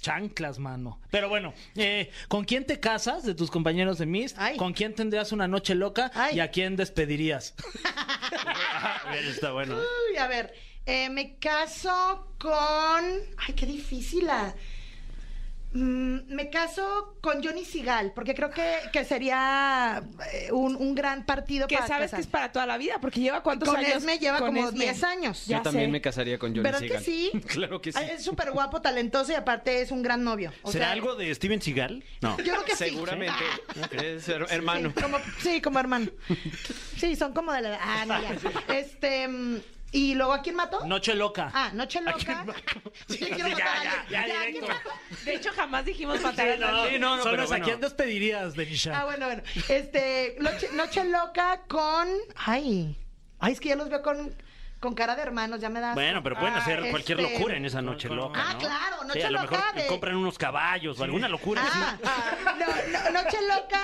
Chanclas, mano. Pero bueno, eh, ¿con quién te casas de tus compañeros de Mist? Ay. ¿Con quién tendrías una noche loca? Ay. ¿Y a quién despedirías? Ah, bien, está bueno. Uy, a ver, eh, me caso con. Ay, qué difícil. ah. Mm, me caso con Johnny Sigal, porque creo que, que sería eh, un, un gran partido Que para sabes que casar. es para toda la vida, porque lleva cuántos Con años. Esme lleva con como Esme? 10 años. Ya Yo también sé. me casaría con Johnny ¿Verdad que Seagal. sí? claro que sí. Ay, Es súper guapo, talentoso y aparte es un gran novio. O ¿Será sea, algo de Steven Seagal? No. Yo creo que sí. Seguramente. Es her- hermano. Sí, como, sí, como hermano. Sí, son como de la edad. Ah, no, ya. Este, mm, ¿y luego a quién mató? Noche loca. Ah, Noche Loca. Sí, quiero matar a alguien. ya, Ya, ¿a quién directo. mató? De hecho, jamás dijimos matar a nadie. Sí, no, no, Solo pero es a ¿a quién quién despedirías, Denisha? Ah, bueno, bueno. Este, Noche, Noche Loca con. Ay. Ay, es que ya los veo con, con cara de hermanos, ya me da. Bueno, pero pueden Ah, hacer cualquier este, locura en esa noche loca. Ah, ¿no? claro, noche a lo loca mejor de- compran unos caballos o alguna locura. Ah, no, no, Noche Loca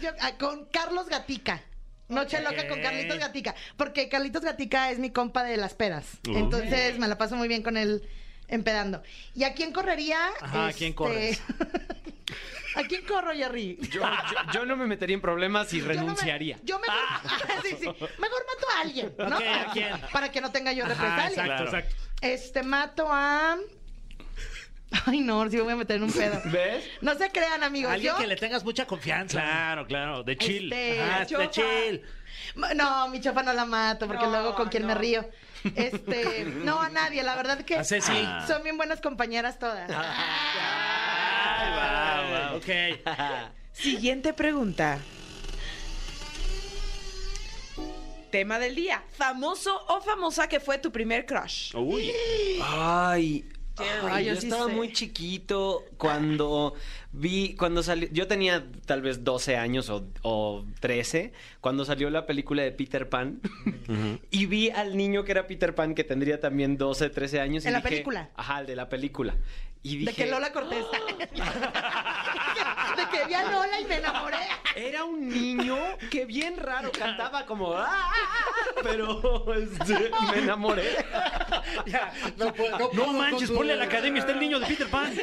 yo- ah, con Carlos Gatica. Noche Loca con Carlitos Gatica. Porque Carlitos Gatica es mi compa de las pedas. Ujú. Entonces me la paso muy bien con él empedando. ¿Y a quién correría? Este, Ajá, ¿a quién corres? ¿A quién corro, Jerry? Yo, yo- yo no me metería en problemas y renunciaría. Yo, no me- yo mejor, sí, sí. mejor mato a alguien, ¿no? Ah. Ok, ¿a quién? Para que no tenga yo Ajá, represalias. exacto, Claro. exacto. Este, mato a... Ay, no, ahora sí me voy a meter en un pedo. ¿Ves? No se crean, amigos. Alguien yo- que le tengas mucha confianza. Claro, claro, de chill. Ah. Este, Ah, Chofa. está chill. Ma- No, mi chapa no la mato porque No, luego con quién me no. río. Este, no a nadie, la verdad que A Ceci. Ah, Ah. son bien buenas compañeras todas. Ay, va, va. Ok. Siguiente pregunta. Tema del día. ¿Famoso o famosa que fue tu primer crush? Uy. Ay, Ay, ay, yo yo sí estaba sé. muy chiquito cuando vi, cuando salió, yo tenía tal vez 12 años o, o 13, cuando salió la película de Peter Pan y vi al niño que era Peter Pan que tendría también 12, 13 años. y ¿En la dije- película? Ajá, el de la película. Y dije, De que Lola Cortés. Ah. De que vi a Lola y me enamoré. Era un niño que bien raro cantaba como... "Ah, ah, ah", Pero este, me enamoré. No, No manches, ponle a la academia, está el niño de Peter Pan.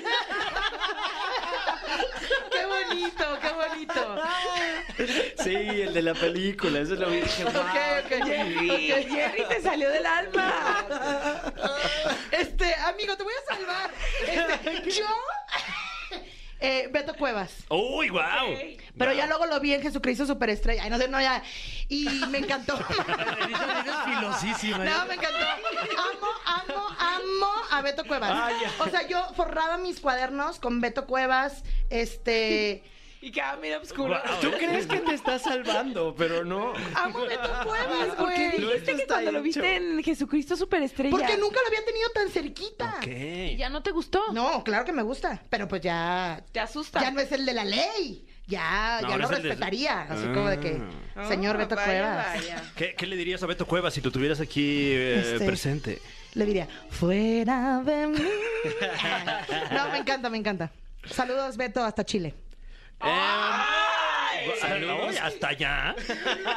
Qué bonito, qué bonito. Sí, el de la película, eso lo vi. y Dije, wow, Ok, ok. Jerry, Jerry te salió del alma. Este, amigo, te voy a salvar. Este, yo eh, Beto Cuevas. Uy, wow. Pero ya luego lo vi en Jesucristo Superestrella. Ay, no sé, no, ya. Y me encantó. Es filosísima. No, me encantó. Amo, amo, amo a Beto Cuevas. Ah, O sea, yo forraba mis cuadernos con Beto Cuevas, este... Y quedaba bien oscuro. Tú eh. crees que te estás salvando, pero no. Amo a Beto Cuevas, ¿Por qué güey. Lo dijiste hecho que está cuando lo hecho. viste en Jesucristo Superestrella? Porque nunca lo había tenido tan cerquita. Ok. ¿Ya no te gustó? No, claro que me gusta, pero pues ya... ¿Te asusta? Ya no es el de la ley. Ya, No, ya no lo es el de- respetaría. Así como de que, Ah, señor Beto vaya, Cuevas. vaya. ¿Qué, qué le dirías a Beto Cuevas si lo tuvieras aquí eh, Este. presente? Le diría, fuera de mí. No, me encanta, me encanta. Saludos, Beto, hasta Chile. Eh, Ah, Ay, hasta allá.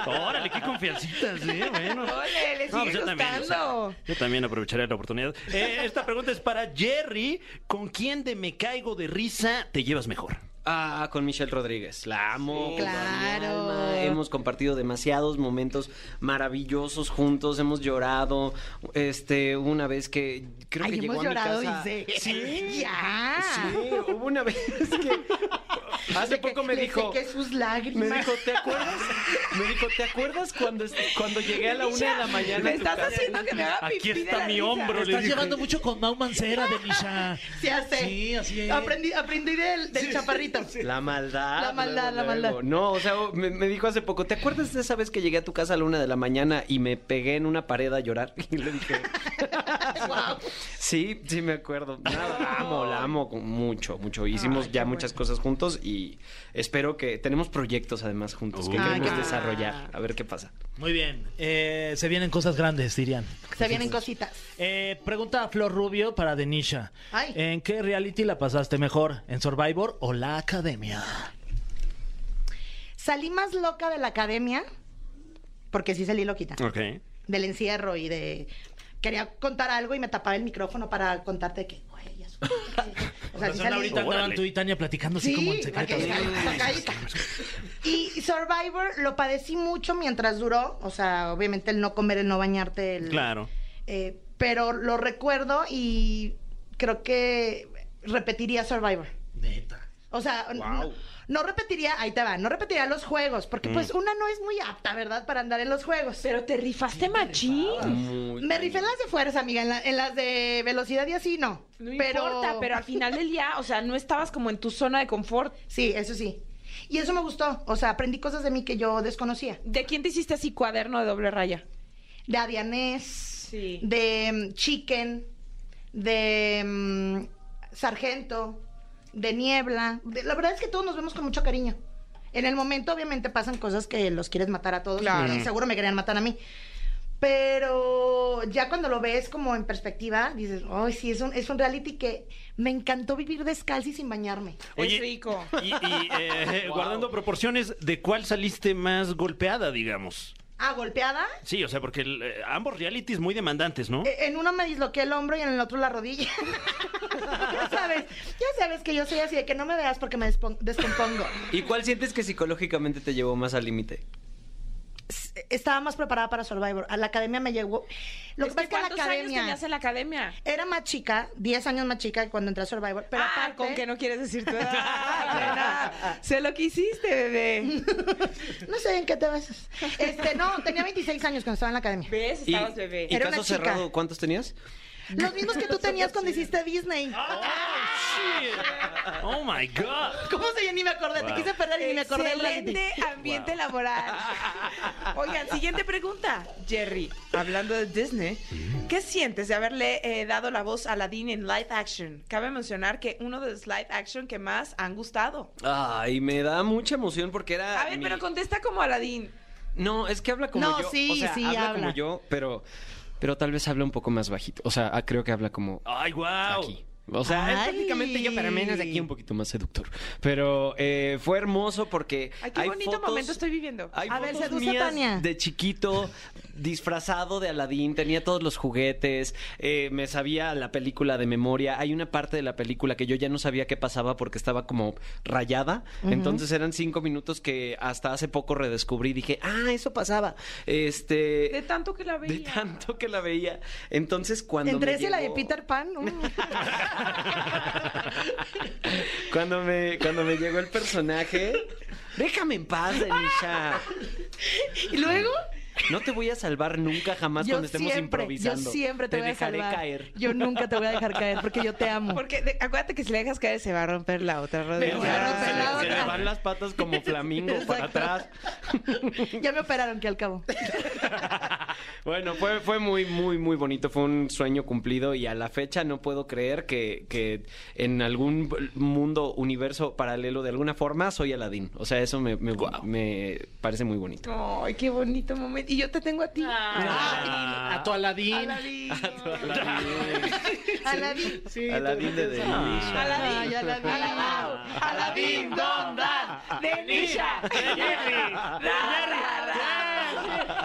Órale, qué confiancitas, ¿eh? Bueno. Ole, le sigue No, pues yo también, o sea, gustando. yo también aprovecharé la oportunidad. Eh, esta pregunta es para Jerry. ¿Con quién de me caigo de risa te llevas mejor? Ah, con Michelle Rodríguez. La amo. Sí, con toda mi claro. alma. Hemos compartido demasiados momentos maravillosos juntos. Hemos llorado. Este, una vez que creo Ay, que hemos llegó llorado, a mi casa. dice. Ya. Sí, hubo una vez que hace De que poco me le dijo, sequé sus me lágrimas. dijo, ¿te acuerdas? Me dijo, ¿te acuerdas cuando est- cuando llegué a la una de la mañana? Me a tu estás casa?" haciendo que me haga pipí Aquí de está la mi risa. hombro, le Estás dije. llevando mucho con Mau Mancera, Denisha. Sí, hace. Sí, así es. Aprendí, aprendí del, del chaparrito. La maldad. La maldad, la maldad. No, o sea, oh, me, me dijo hace poco, ¿te acuerdas de esa vez que llegué a tu casa a la una de la mañana y me pegué en una pared a llorar? Y le dije, Guau. sí, sí me acuerdo. No, la amo, la amo con- mucho, mucho. Hicimos Ay, qué ya muchas bueno. cosas juntos y espero que tenemos proyectos además juntos que Ay, queremos qué padre. desarrollar. A ver qué pasa. Muy bien. Eh, se vienen cosas grandes, dirían. Se vienen cositas. Eh, pregunta a Flor Rubio para Denisha. Ay. ¿En qué reality la pasaste mejor? ¿En Survivor o la Academia? Salí más loca de la academia, porque sí salí loquita, Ok. del encierro y de... Quería contar algo y me tapaba el micrófono para contarte que... güey, ya supe que- O sea, sí Con razón, salí... ahorita andaban Órale. tú y Tania platicando así Sí, como en secreto. porque Sí. salí sacadita. Y Survivor lo padecí mucho mientras duró, o sea, obviamente el no comer, el no bañarte, el... Claro. Eh, pero lo recuerdo y creo que repetiría Survivor. Neta. O sea, n- no, no repetiría, ahí te va, no repetiría los juegos, porque pues una no es muy apta, ¿verdad? Para andar en los juegos. Pero te rifaste machín. Muy me rifé en las de fuerza, amiga, en, la- en las de velocidad y así no. No pero... importa, pero al final del día, o sea, no estabas como en tu zona de confort. Sí, eso sí. Y eso me gustó, o sea, aprendí cosas de mí que yo desconocía. ¿De quién te hiciste así cuaderno de doble raya? De Adianés, Sí. de mm, Chicken, de mm, Sargento, de Niebla. De- la verdad es que todos nos vemos con mucho cariño. En el momento, obviamente, pasan cosas que los quieres matar a todos. Claro. y seguro me querían matar a mí. Pero ya cuando lo ves como en perspectiva, dices, ay, sí, es un, es un reality que me encantó vivir descalza y sin bañarme. Oye, es rico. Y, y, eh, guardando proporciones, ¿de cuál saliste más golpeada, digamos? Ah, golpeada. Sí, o sea, porque el, eh, ambos realities muy demandantes, ¿no? Eh, En uno me disloqué el hombro y en el otro la rodilla. ya sabes, ya sabes que yo soy así de que no me veas porque me despon- descompongo. ¿Y cuál sientes que psicológicamente te llevó más al límite? S- Estaba más preparada para Survivor. A la academia me llegó. Lo que pasa es que la ¿Cuántos años academia. tenías en la academia? Era más chica, 10 años más chica que cuando entré a Survivor. Pero Ah, aparte. con que no quieres decir tu edad. Elena. sé lo que hiciste, bebé. No sé en qué te besas. Este, no, tenía 26 años cuando estaba en la academia. ¿Ves? Estabas y, bebé. y Era una caso chica. cerrado, ¿cuántos tenías? Los mismos que tú tenías cuando hiciste Disney. Ah. ah. Oh my God. ¿Cómo se yo ni me acordé? Te quise perder y ni me acordé. del reality. Excelente ambiente laboral. Oigan, siguiente pregunta. Jerry, hablando de Disney, ¿qué sientes de haberle eh, dado la voz a Aladdin en live action? Cabe mencionar que uno de los live action que más han gustado. Ay, me da mucha emoción porque era. A ver, mi- pero contesta como Aladdin. No, es que habla como No, yo. sí, o sea, sí, habla, habla. como yo, pero, pero tal vez habla un poco más bajito. O sea, ah, creo que habla como Ay, wow. aquí. O sea, es Ay. prácticamente yo, pero menos aquí un poquito más seductor. Pero eh, fue hermoso porque. Ay, qué hay bonito fotos- momento estoy viviendo. Hay A ver, fotos seduce a mías Tania. De chiquito, disfrazado de Aladín, tenía todos los juguetes, eh, me sabía la película de memoria. Hay una parte de la película que yo ya no sabía qué pasaba porque estaba como rayada. Entonces eran cinco minutos que hasta hace poco redescubrí. Dije, ah, eso pasaba. Este. De tanto que la veía. de tanto que la veía. Entonces, cuando. me Entre esa y la de llegó- Peter Pan. mm. cuando me cuando me llegó el personaje, déjame en paz, Denisha. Y luego. No te voy a salvar nunca jamás cuando estemos improvisando. Yo siempre te, voy a dejaré salvar. caer. Yo nunca te voy a dejar caer porque yo te amo. Porque de- acuérdate que si le dejas caer se va a romper la otra rodilla. voy a romper Se le- la se le otra. van las patas como flamingo para atrás. Ya me operaron que al cabo. Bueno, fue, fue muy, muy, muy bonito. Fue un sueño cumplido y a la fecha no puedo creer que, que en algún mundo, universo paralelo de alguna forma, soy Aladín. O sea, eso me, me- me parece muy bonito. Ay, qué bonito momento. Y yo te tengo a ti. Ah, Ah, A tu Aladín. Aladdin. Aladín. Aladín de Denisha. Ay, Aladín. Aladdin. Aladdin, Don Dan. de Nisha, de Jerry, Ah, de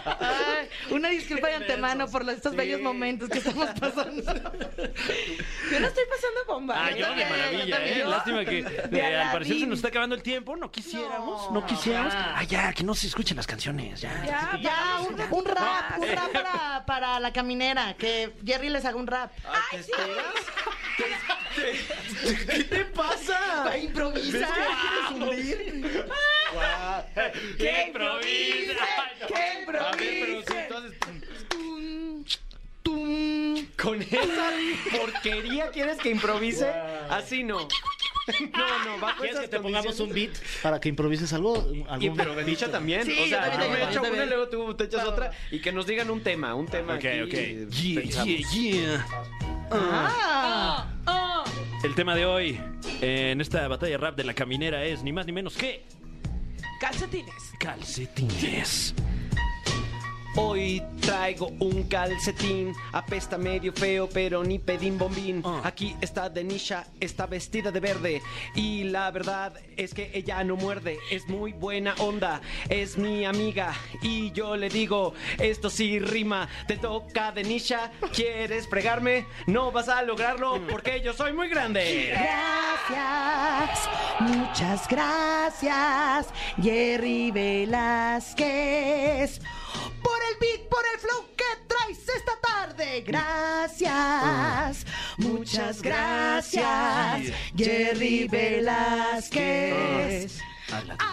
Ay, una disculpa de antemano por los- estos Sí. bellos momentos que estamos pasando. Yo lo estoy pasando con Ah, varios. yo de también, yo maravilla, ¿eh? también. Lástima que De eh, al parecer se Aladdin. nos está acabando el tiempo. No quisiéramos, no, No, quisiéramos. ya. Ah, ya, que no se escuchen las canciones, ya. Ya, Ya, vamos, un, ya. un rap, un rap para, para la caminera, que Jerry les haga un rap. Ah, ¿Te esperas? ¿Te- te- ¿Qué te pasa? Para improvisar. ¡Qué improvisen! ¡Qué Pues improvisen! Con esa porquería quieres que improvise, así no. No, no, bajo ¿Quieres esas que te pongamos un condiciones. beat para que improvises algo? Algún Y pero beat? Benicha también. Sí, o sea, yo también, yo me yo echo también. una, luego tú te echas otra. Y que nos digan un tema, un tema. Ok, aquí ok. y Yeah, pensamos. yeah, yeah. Ah, El tema de hoy eh, en esta batalla rap de la caminera es ni más ni menos que Calcetines. calcetines. Hoy traigo un calcetín, apesta medio feo, pero ni pedín bombín. Ah. Aquí está Denisha, está vestida de verde. Y la verdad es que ella no muerde, es muy buena onda, es mi amiga. Y yo le digo, esto sí rima, te toca Denisha, ¿quieres fregarme? No vas a lograrlo porque yo soy muy grande. gracias, muchas gracias, Jerry Velázquez. Por el beat, por el flow que traes esta tarde. Gracias, muchas gracias, Jerry Velázquez.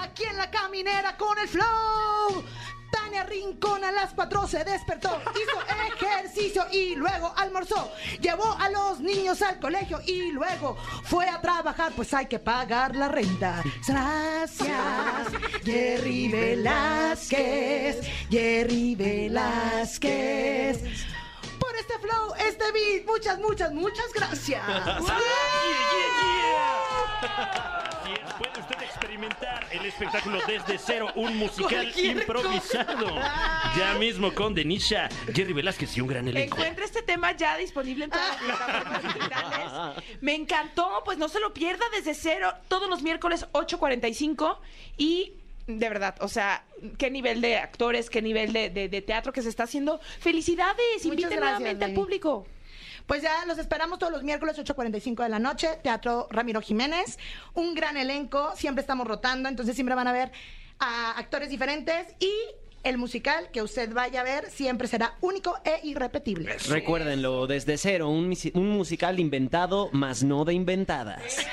Aquí en la caminera con el flow. Tania Rincón a las 4 se despertó, hizo ejercicio y luego almorzó. Llevó a los niños al colegio y luego fue a trabajar, pues hay que pagar la renta. Gracias, Jerry Velázquez, Jerry Velázquez. Por este flow, este beat, muchas, muchas, muchas gracias. Así es, puede usted experimentar el espectáculo desde cero, un musical Cualquier improvisado. Ya mismo con Denisha, Jerry Velázquez y un gran elenco. Encuentra este tema ya disponible en todas las plataformas digitales. Me encantó, pues no se lo pierda desde cero todos los miércoles 8.45 y de verdad, o sea, qué nivel de actores, qué nivel de, de- de teatro que se está haciendo. Felicidades, Muchas inviten gracias, nuevamente al Lili. público. Pues ya los esperamos todos los miércoles 8.45 de la noche, Teatro Ramiro Jiménez. Un gran elenco, siempre estamos rotando, entonces siempre van a ver a actores diferentes y el musical que usted vaya a ver siempre será único e irrepetible. Recuérdenlo, desde cero, un, misi- un musical inventado, más no de inventadas.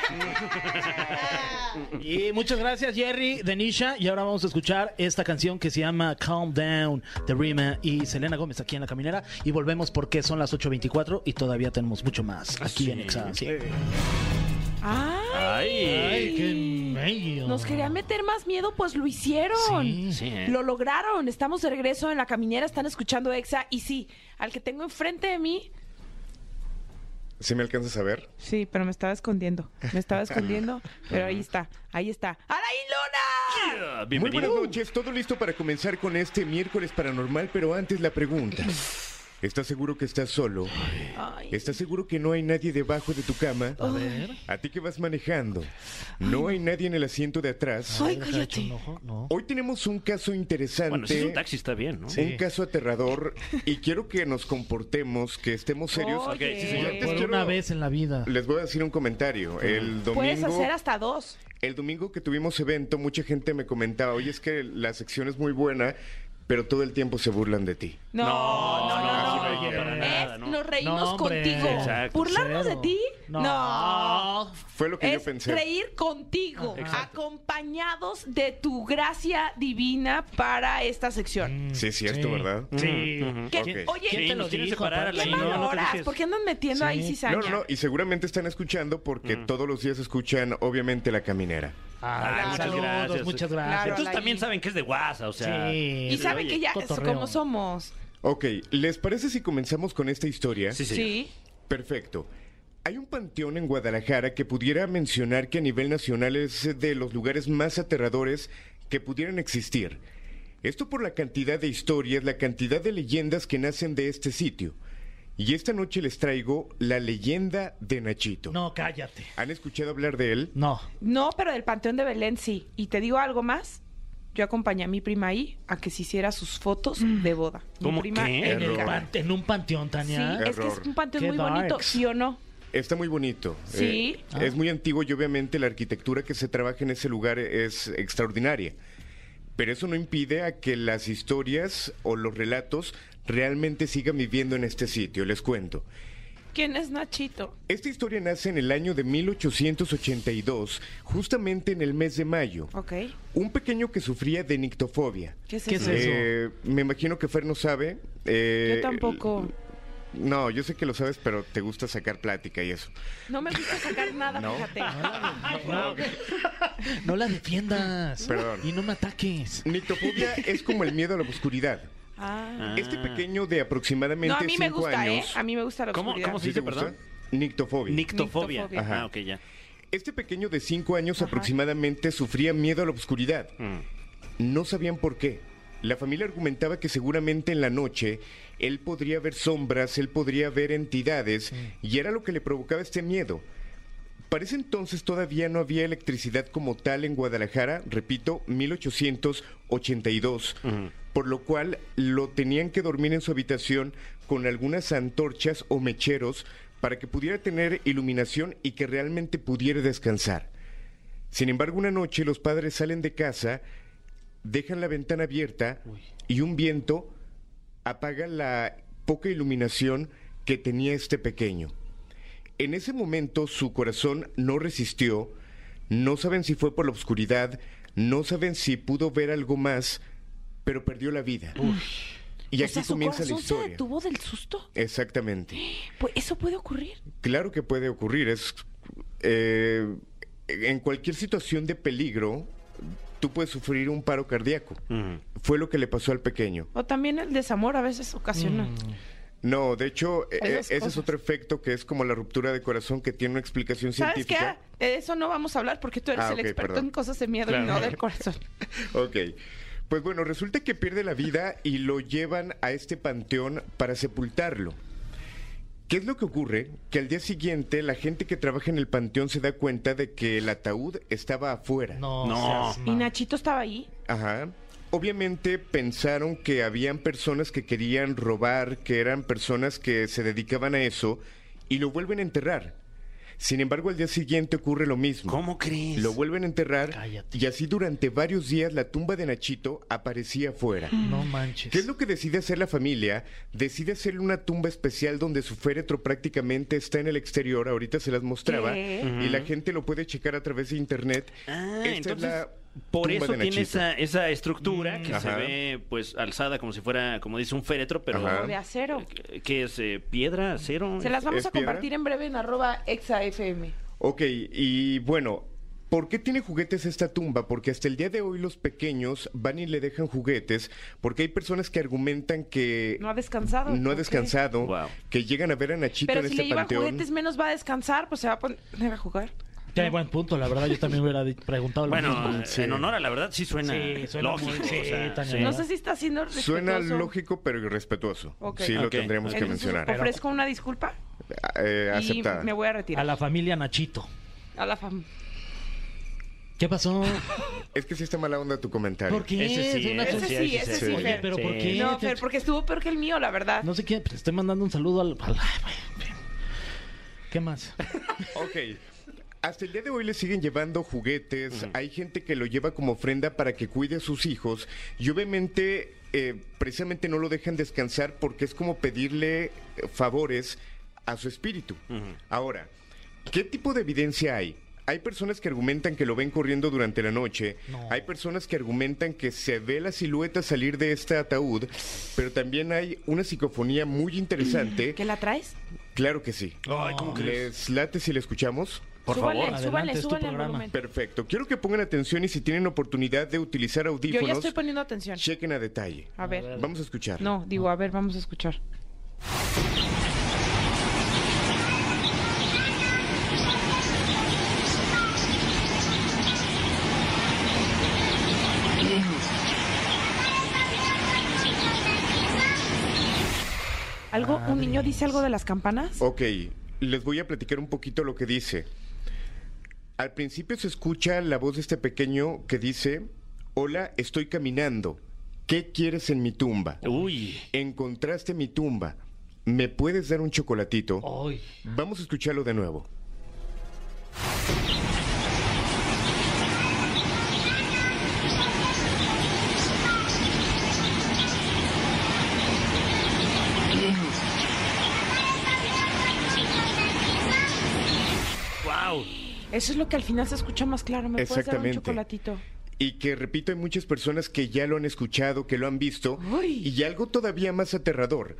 Y muchas gracias, Jerry, Denisha. Y ahora vamos a escuchar esta canción que se llama Calm Down de Rima y Selena Gómez aquí en La Caminera. Y volvemos porque son las 8.24 y todavía tenemos mucho más Ah, aquí en Exa. Sí. Ay, qué medio. Ah, Nos quería meter más miedo, pues lo hicieron. Sí. Sí, ¿eh? Lo lograron. Estamos de regreso en la caminera, están escuchando Exa. Y sí, al que tengo enfrente de mí. ¿Sí me alcanzas a ver? Sí, pero me estaba escondiendo. Me estaba escondiendo, pero ahí está, ahí está. ¡Araí Luna! Ah, Muy buenas Bienvenido. noches, Pues todo listo para comenzar con este miércoles paranormal, pero antes la pregunta. ¿Estás seguro que estás solo? Ay. ¿Estás seguro que no hay nadie debajo de tu cama? A ver. ¿A ti que vas manejando? ¿No hay nadie en el asiento de atrás? Ay, ¿Nos ha hecho un cállate. ojo? No. Hoy tenemos un caso interesante. Bueno, si es un taxi está bien, ¿no? Un caso aterrador y quiero que nos comportemos, que estemos serios. Oye. Ok, sí, Y señor. antes Por quiero- una vez en la vida. Les voy a decir un comentario. El Puedes domingo, hacer hasta dos. el domingo que tuvimos evento, mucha gente me comentaba, oye, es que la sección es muy buena, pero todo el tiempo se burlan de ti. No, no, no, no. no, no, para Es, nada, ¿no? Nos reímos No, hombre. contigo. Exacto. ¿Burlarnos de Cero. ti? No. no. Fue lo que yo es pensé. reír contigo, Exacto. acompañados de tu gracia divina para esta sección. Sí, es cierto, ¿verdad? Mm, Sí. ¿Qué? Ok. Oye, ¿Quién te ¿Quién lo nos quiere dijo, separar a aparte? la ¿qué Sí, no, no te valoras? dejes. ¿Por qué andan metiendo Sí. ahí cizaña? No, no, no, y seguramente están escuchando porque todos los días escuchan, obviamente, La Caminera. Ah, Ay, muchas saludos, gracias. Muchas gracias. Entonces Alain. también saben que es de WhatsApp, o sea. Sí. Y saben oye, que ya es cotorreo. como somos. Ok, ¿les parece si comenzamos con esta historia? Sí, señor. Sí. Perfecto. Hay un panteón en Guadalajara que pudiera mencionar que a nivel nacional es de los lugares más aterradores que pudieran existir. Esto por la cantidad de historias, la cantidad de leyendas que nacen de este sitio. Y esta noche les traigo la leyenda de Nachito. No, cállate. ¿Han escuchado hablar de él? No. No, pero del Panteón de Belén sí. Y te digo algo más. Yo acompañé a mi prima ahí a que se hiciera sus fotos de boda. Mi ¿Cómo prima qué? en el Error. carro. Pan- en un panteón, Sí, Tania. es que es Error. un panteón Qué muy bonito, darks. ¿sí o no? Está muy bonito. Sí. Eh, Ah. Es muy antiguo y obviamente la arquitectura que se trabaja en ese lugar es extraordinaria. Pero eso no impide a que las historias o los relatos realmente sigan viviendo en este sitio. Les cuento. ¿Quién es Nachito? Esta historia nace en el año de 1882, justamente en el mes de mayo. Ok. Un pequeño que sufría de nictofobia. ¿Qué es ¿Qué eso? es eso? Eh, me imagino que Fer no sabe. eh, Yo tampoco. No, yo sé que lo sabes, pero te gusta sacar plática y eso. No me gusta sacar nada, No. fíjate. Ah. No, no la defiendas. Perdón. Y no me ataques. Nictofobia es como el miedo a la oscuridad. Ah. Este pequeño de aproximadamente No, a mí me 5 gusta, ¿eh? años. A mí me gusta la ¿Cómo- oscuridad. cómo ¿Sí Dice, te gusta? perdón. Nictofobia. Nictofobia. Nictofobia. Ajá. Ah, ok, ya. este pequeño de 5 años Ajá. aproximadamente sufría miedo a la oscuridad. Mm. No sabían por qué. La familia argumentaba que seguramente en la noche él podría ver sombras, él podría ver entidades, y era lo que le provocaba este miedo. Para ese entonces todavía no había electricidad como tal en Guadalajara, repito, 1882, por lo cual lo tenían que dormir en su habitación con algunas antorchas o mecheros para que pudiera tener iluminación y que realmente pudiera descansar. Sin embargo, una noche los padres salen de casa, dejan la ventana abierta y un viento apaga la poca iluminación que tenía este pequeño. En ese momento su corazón no resistió, no saben si fue por la oscuridad, no saben si pudo ver algo más, pero perdió la vida. Y o sea, aquí su comienza la corazón se historia. detuvo del susto. Exactamente. Pues eso puede ocurrir. Claro que puede ocurrir. Es eh, en cualquier situación de peligro, tú puedes sufrir un paro cardíaco. Fue lo que le pasó al pequeño. O también el desamor a veces ocasiona. Mm. No, de hecho, eh, Esas ese cosas. es otro efecto que es como la ruptura de corazón que tiene una explicación ¿Sabes qué? científica. De eso no vamos a hablar porque tú eres Ah, el ok, experto perdón. en cosas de miedo Claro. y no del corazón. Ok. Pues bueno, resulta que pierde la vida y lo llevan a este panteón para sepultarlo. ¿Qué es lo que ocurre? Que al día siguiente la gente que trabaja en el panteón se da cuenta de que el ataúd estaba afuera. No, No. seas ¿Y mal. Nachito estaba ahí? Ajá. Obviamente pensaron que habían personas que querían robar, que eran personas que se dedicaban a eso, y lo vuelven a enterrar. Sin embargo, al día siguiente ocurre lo mismo. ¿Cómo crees? Lo vuelven a enterrar Cállate. y así durante varios días la tumba de Nachito aparecía afuera. Mm. No manches. ¿Qué es lo que decide hacer la familia? Decide hacerle una tumba especial donde su féretro prácticamente está en el exterior. Ahorita se las mostraba. ¿Qué? Y la gente lo puede checar a través de internet. Ah, Esta es entonces la por tumba eso de tiene Nachito. Mm, esa, esa estructura que se Ajá. ve pues alzada como si fuera, como dice, un féretro, pero Ajá. O de acero. que- que es eh, piedra, acero. Este, Se las vamos ¿Es a piedra? compartir en breve en arroba exafm. Ok, y bueno, ¿por qué tiene juguetes esta tumba? Porque hasta el día de hoy los pequeños van y le dejan juguetes, porque hay personas que argumentan que No ha descansado. Eh, no ha Ah, ¿ok? descansado, Wow. que llegan a ver a Nachito Pero en si este le llevan panteón. juguetes menos va a descansar, pues se va a poner a jugar. Tiene buen punto, la verdad. Yo también hubiera di- preguntado lo mismo. Bueno, eh, Sí. en honor a la verdad sí suena, Sí, suena lógico. muy- sí, o sea, Tania, sí. ¿verdad? No sé si está siendo Suena respetuoso. lógico pero irrespetuoso. Ok. Sí, lo Ok. tendríamos que Entonces, mencionar. Ofrezco una disculpa Eh, y aceptada. me voy a a retirar. la familia Nachito. A la fam. ¿Qué pasó? Es que sí está mala onda tu comentario. ¿Por qué? Ese sí, Es una Ese ofensa. sí, ese sí, Oye, Fer. pero ¿por Sí. qué? No, Te- Fer, porque estuvo peor que el mío, la verdad. No sé quién, pero estoy mandando un saludo al. al- ¿Qué más? Ok. Hasta el día de hoy le siguen llevando juguetes, hay gente que lo lleva como ofrenda para que cuide a sus hijos y obviamente eh, precisamente no lo dejan descansar porque es como pedirle eh, favores a su espíritu. Ahora, ¿qué tipo de evidencia hay? Hay personas que argumentan que lo ven corriendo durante la noche, No. hay personas que argumentan que se ve la silueta salir de este ataúd, pero también hay una psicofonía muy interesante. ¿Qué la traes? Claro que sí. Ay, ¿cómo ¿Les crees? late si la escuchamos? Por súbale, favor. adelante, súbale, es tu súbale al programa. volumen. Perfecto. Quiero que pongan atención y si tienen oportunidad de utilizar Yo ya audífonos, estoy poniendo atención. chequen a detalle. A ver. Vamos a escuchar. No, digo, a ver, vamos a escuchar. ¿Algo, ¿Un niño dice algo de las campanas? Ok, les voy a platicar un poquito lo que dice. Al principio se escucha la voz de este pequeño que dice, hola, estoy caminando. ¿Qué quieres en mi tumba? Uy. Encontraste mi tumba. ¿Me puedes dar un chocolatito? Ay. Vamos a escucharlo de nuevo. Wow. Eso es lo que al final se escucha más claro. ¿Me puedes dar un Exactamente. chocolatito? Y que, repito, hay muchas personas que ya lo han escuchado, que lo han visto. Uy. Y algo todavía más aterrador.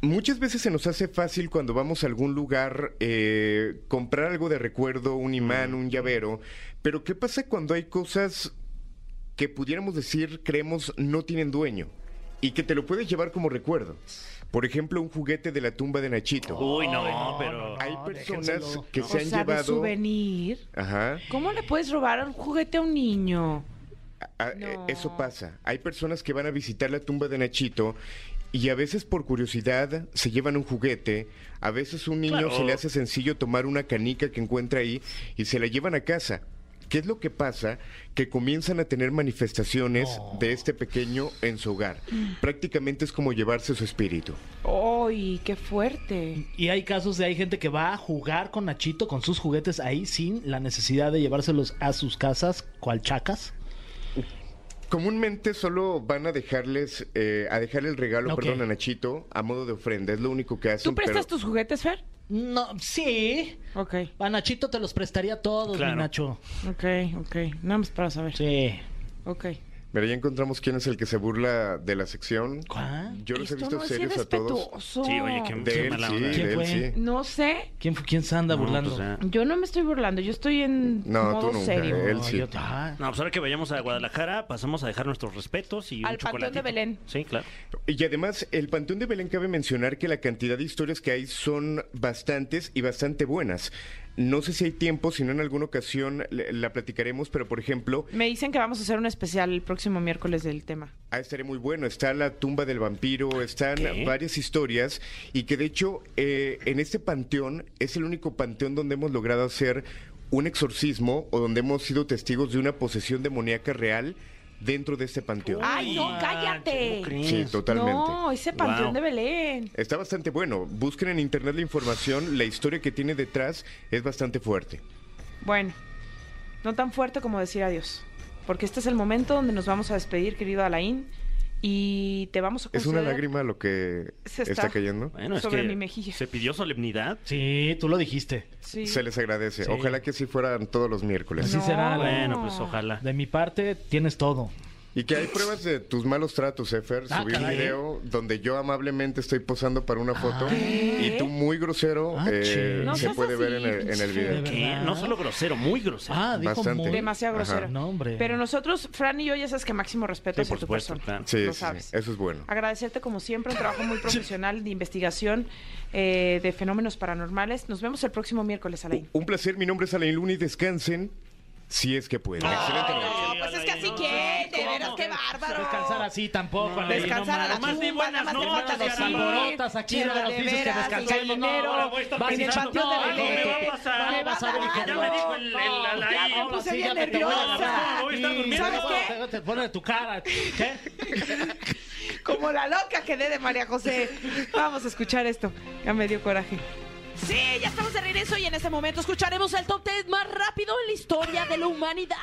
Muchas veces se nos hace fácil cuando vamos a algún lugar eh, comprar algo de recuerdo, un imán, un llavero. Pero ¿qué pasa cuando hay cosas que pudiéramos decir, creemos, no tienen dueño? Y que te lo puedes llevar como recuerdo. Por ejemplo, un juguete de la tumba de Nachito. Uy, no, pero. hay personas déjenselo. que o se han sea, de llevado... souvenir. Ajá. ¿Cómo le puedes robar un juguete a un niño? A- a- eh, Eso No. pasa. Hay personas que van a visitar la tumba de Nachito y a veces por curiosidad se llevan un juguete, a veces un niño Claro. se le hace sencillo tomar una canica que encuentra ahí y se la llevan a casa. ¿Qué es lo que pasa? Que comienzan a tener manifestaciones de este pequeño en su hogar. Prácticamente es como llevarse su espíritu. ¡Ay, qué fuerte! Y hay casos de hay gente que va a jugar con Nachito, con sus juguetes ahí, sin la necesidad de llevárselos a sus casas, cual chacas. Comúnmente solo van a dejarles, eh, a dejar el regalo, Ok. perdón, a Nachito a modo de ofrenda. Es lo único que hacen. ¿Tú prestas pero- tus juguetes, Fer? No, sí. Ok, A Nachito te los prestaría todos, Claro. mi Nacho. ok, ok. Nada más para saber. Sí. Ok. Mira, ya encontramos quién es el que se burla de la sección. ¿Cuál? Yo los he Esto visto no es serios a todos. irrespetuoso. Sí, oye, qué, qué De él mala sí, onda. ¿Quién de él fue? sí. No sé. ¿Quién, fu- ¿Quién se anda No, burlando? pues, ah. Yo no me estoy burlando. Yo estoy en No, modo tú nunca, ¿eh? serio. él sí. yo- ah. No, pues ahora que vayamos a Guadalajara, pasamos a dejar nuestros respetos y un Al Panteón de chocolatito. Belén. Sí, claro. Y además, el Panteón de Belén cabe mencionar que la cantidad de historias que hay son bastantes y bastante buenas. No sé si hay tiempo, si no en alguna ocasión le- la platicaremos, pero por ejemplo, Me dicen que vamos a hacer un especial el próximo miércoles del tema. ah, estaré muy bueno. Está la tumba del vampiro, están ¿Qué? varias historias y que de hecho eh, en este panteón es el único panteón donde hemos logrado hacer un exorcismo o donde hemos sido testigos de una posesión demoníaca real dentro de este panteón. ¡Ay, no, cállate! ¿Cómo crees? Sí, totalmente. No, ese panteón Wow. de Belén. Está bastante bueno. Busquen en internet la información, la historia que tiene detrás es bastante fuerte. Bueno, no tan fuerte como decir adiós. Porque este es el momento donde nos vamos a despedir, querido Alain. Y te vamos a Es una conceder- lágrima lo que ¿Ah, Se está, está- cayendo. Bueno, es Sobre que mi mejilla. se pidió solemnidad. Sí, tú lo dijiste. Sí. Se les agradece. Sí. Ojalá que así fueran todos los miércoles. Así No. será. Alain. Bueno, pues ojalá. De mi parte, tienes todo. Y que hay pruebas de tus malos tratos, Efer. Ah, Subí un caray. video donde yo amablemente estoy posando para una foto y tú muy grosero Ah, eh, ching. No se seas puede ver así, en el, en el pinche video. de ¿Qué? ¿Verdad? No solo grosero, muy grosero. Ah, dijo Bastante. muy- Demasiado Ajá. grosero. No, hombre. Pero nosotros, Fran y yo, ya sabes que máximo respeto Sí, hacia por tu supuesto, persona. claro. Sí, Lo sí, sí. sabes. eso es bueno. Agradecerte como siempre un trabajo muy profesional de investigación eh, de fenómenos paranormales. Nos vemos el próximo miércoles, Alain. Un placer, mi nombre es Alain Luna y descansen si es que pueden. Excelente noche. No, pues es que así que, de veras, qué bárbaro. Descansar así tampoco. Alain, Descansar no a la mames. Nomás di tumba, nada buenas más noches, te Los falta decir, alborotas aquí, chido, ahora nos de dices que veras, descansemos. No, gallinero. ahora voy a estar Vas en el pensando, panteón de no, Belén. no me va a pasar. No me va a Pasar el pasar. ingeniero. Ya me dijo el- el No, Alain. ya me puse Sí, bien ya te voy a nerviosa. agarrar. Voy a estar Sí, durmiendo. ¿sabes qué? Te, te pone tu cara. ¿Qué? Como la loca que dé de María José. Vamos a escuchar esto. Ya me dio coraje. Sí, ya estamos de regreso y en este momento escucharemos el top 10 más rápido en la historia de la humanidad.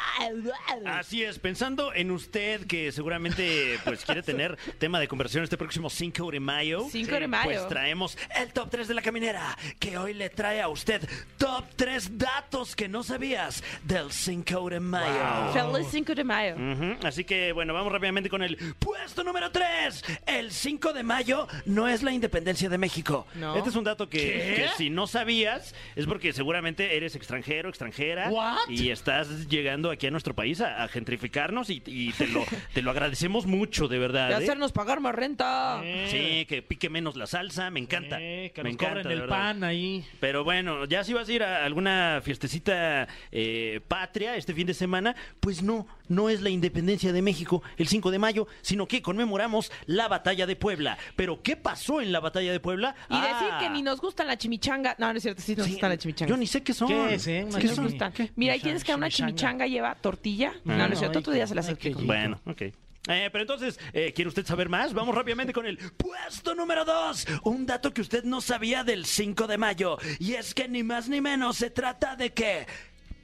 Ah, Así es, pensando en usted que seguramente pues quiere tener tema de conversión este próximo 5 de mayo. 5 de mayo. Pues traemos el top 3 de la caminera, que hoy le trae a usted top 3 datos que no sabías del 5 de mayo. Feliz 5 de mayo. Ujú, Así que bueno, vamos rápidamente con el puesto número 3. El 5 de mayo no es la independencia de México. No. Este es un dato que, que si no sabías, es porque seguramente eres extranjero, extranjera. What? Y estás llegando aquí a nuestro país a, a gentrificarnos y, y te, lo, te lo agradecemos mucho, de De ¿Ah, verdad. ¿eh? hacernos pagar más renta. Sí, que pique menos la salsa, me encanta. Eh, que me nos encanta, cobren de el verdad. pan ahí. Pero bueno, ya si vas a ir a alguna fiestecita eh, patria este fin de semana, pues no, no es la independencia de México el 5 de mayo, sino que conmemoramos la batalla de Puebla. Pero ¿qué pasó en la batalla de Puebla? Y decir Ah, que ni nos gustan la chimichanga. No, no es cierto, sí nos sí, gustan la chimichanga. Yo ni sé qué son. ¿Qué es, eh? Una Sí nos ¿Qué chimi- son? gustan. ¿Qué? Mira, Chimichanga, ¿y tienes que una chimichanga Ah, chimichanga lleva tortilla? No, no, no, es cierto, ay, otro día se las ay, qué explico. rico. Bueno, ok. Eh, pero entonces, eh, ¿quiere usted saber más? Vamos rápidamente con el puesto número 2. Un dato que usted no sabía del 5 de mayo. Y es que ni más ni menos se trata de que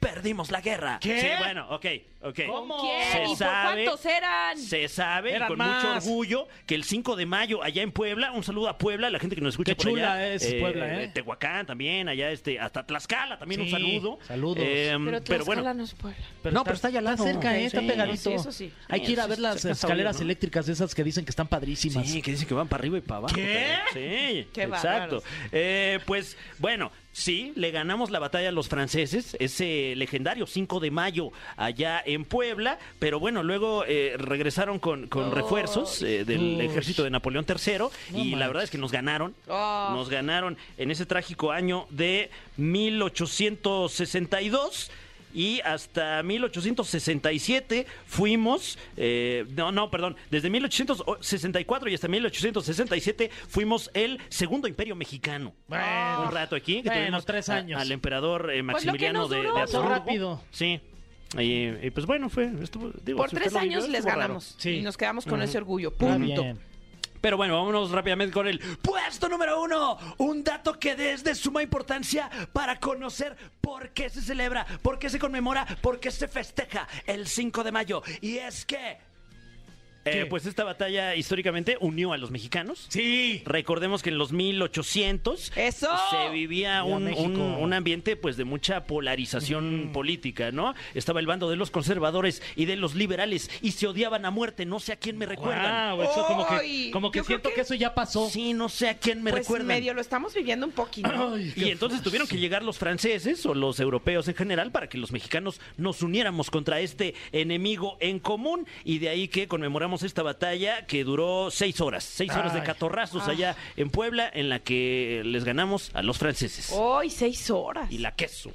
perdimos la guerra. ¿Qué? Sí, bueno, ok, ok. ¿Cómo? ¿Quién? Se ¿Y por sabe- cuántos eran? Se sabe y Eran con más. mucho orgullo que el 5 de mayo allá en Puebla, un saludo a Puebla, la gente que nos escucha Qué por chula allá, es Puebla, ¿eh? Tehuacán también, allá este hasta Tlaxcala también un Sí, saludo. saludos. Eh, Pero, pero bueno, Tlaxcala no es Puebla. No, pero está allá al lado. cerca, eh, está Sí, pegadito. sí, eso sí. Hay que ir a Sí, ver sí, las cerca está escaleras bien, ¿no? eléctricas esas que dicen que están padrísimas. Sí, que dicen que van para arriba y para abajo. ¿Qué? también. Sí, Qué exacto. bárbaros. Eh, pues bueno, sí, le ganamos la batalla a los franceses, ese legendario 5 de mayo allá en Puebla, pero bueno, luego eh, regresaron con, con refuerzos eh, del Uy. ejército de Napoleón III y la verdad es que nos ganaron. Ah. Nos ganaron en ese trágico año de 1862. Y hasta 1867 fuimos, eh, no, no, perdón, desde 1864 y hasta 1867 fuimos el segundo imperio mexicano. Bueno. un rato aquí, que Bueno, tuvimos tres a- años. al emperador eh, Pues lo que Maximiliano nos de- de, duró, ¿no? Habsburgo. Rápido. Sí. Y, y pues bueno, fue. estuvo- digo, Por si usted tres lo vivió, años les estuvo raro. ganamos. Sí. Y nos quedamos con ese orgullo. Está Punto. bien. Pero bueno, vámonos rápidamente con el puesto número uno. Un dato que es de suma importancia para conocer por qué se celebra, por qué se conmemora, por qué se festeja el 5 de mayo. Y es que... eh, pues esta batalla históricamente unió a los mexicanos. Sí. Recordemos que en los 1800 ¡Eso! se vivía Viva un, México. un- un ambiente pues de mucha polarización política, ¿no? Estaba el bando de los conservadores y de los liberales y se odiaban a muerte, no sé a quién me recuerdan. Guau, eso Ah, como que, ¡Ay! como que Yo creo siento que... que- eso ya pasó. Sí, no sé a quién me Pues recuerdan. medio lo estamos viviendo un poquito. Ay, qué Y entonces tuvieron que llegar los franceses o los europeos en general para que los mexicanos nos uniéramos contra este enemigo en común y de ahí que conmemoramos esta batalla que duró seis horas, seis horas de Ay. Ah. catorrazos allá en Puebla en la que les ganamos a los franceses. Oh. Hoy seis horas. Y la queso.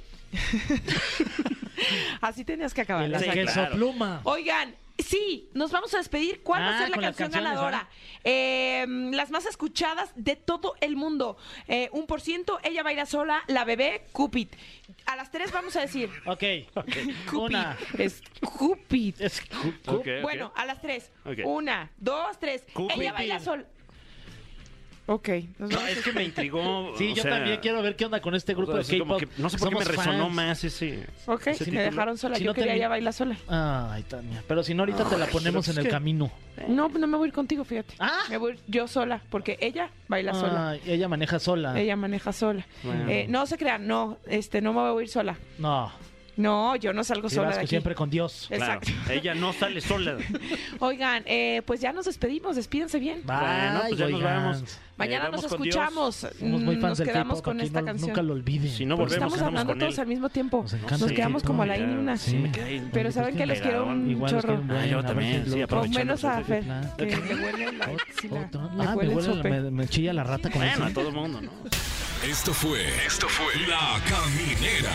Así tenías que f- acabar. la Sí, queso claro. pluma. Oigan, sí, nos vamos a despedir. ¿Cuál va Ah, a ser la con las canción canciones, ganadora? Eh, las más escuchadas de todo el mundo. Eh, un por ciento, ella baila sola, la bebé, Cupid. A las tres vamos a decir. Ok. Cupid. Una. Es Cupid. Es cu- cu- Bueno, a las tres. Ok. Una, dos, tres. Cupid. Ella baila sola. Ok. nos No, vamos. es que me intrigó. Sí, o yo sea, también quiero ver qué onda con este o grupo sea, de así como K-pop. que No sé por qué me Somos resonó fans. más ese. Ok, ese si me título. dejaron sola, Si yo no quería termina- ella baila sola. Ay, Tania. Pero si no, ahorita te la ponemos en el camino. No, no me voy a ir contigo, fíjate. Eh. Ah. Me voy a ir yo sola, porque ella baila sola. Ay, ella maneja sola. Ella maneja sola. Bueno. Eh, no se crean, no, este, no me voy a ir sola. No. No, yo no salgo sola Ibas de aquí. Eh, siempre con Dios. Claro, Exacto. ella no sale sola. Oigan, eh, pues ya nos despedimos, despídense bien. Bye, Bueno, pues ya nos oigan. vamos. Mañana Eh, vamos nos con Dios. escuchamos. Somos muy Mm, fans nos del quedamos K-pop. con aquí, esta no- canción. Nunca lo olviden. Si no volvemos, Estamos estamos hablando con todos él. al mismo tiempo. Nos Nos, encanta el quedamos K-pop. como a la in y una. Sí, me quedé un Pero poquito saben que los quiero pegadón. un Igual los chorro. quiero un Ah, yo buen, a ver también, qué sí, lo- O aprovechando menos a ese Fer, plan. que le huele la axila, Otro. le Ah, me, huele el huele, sope. me, me chilla la rata con Bueno, eso. a todo mundo, ¿no? Esto fue. Esto fue. La Caminera.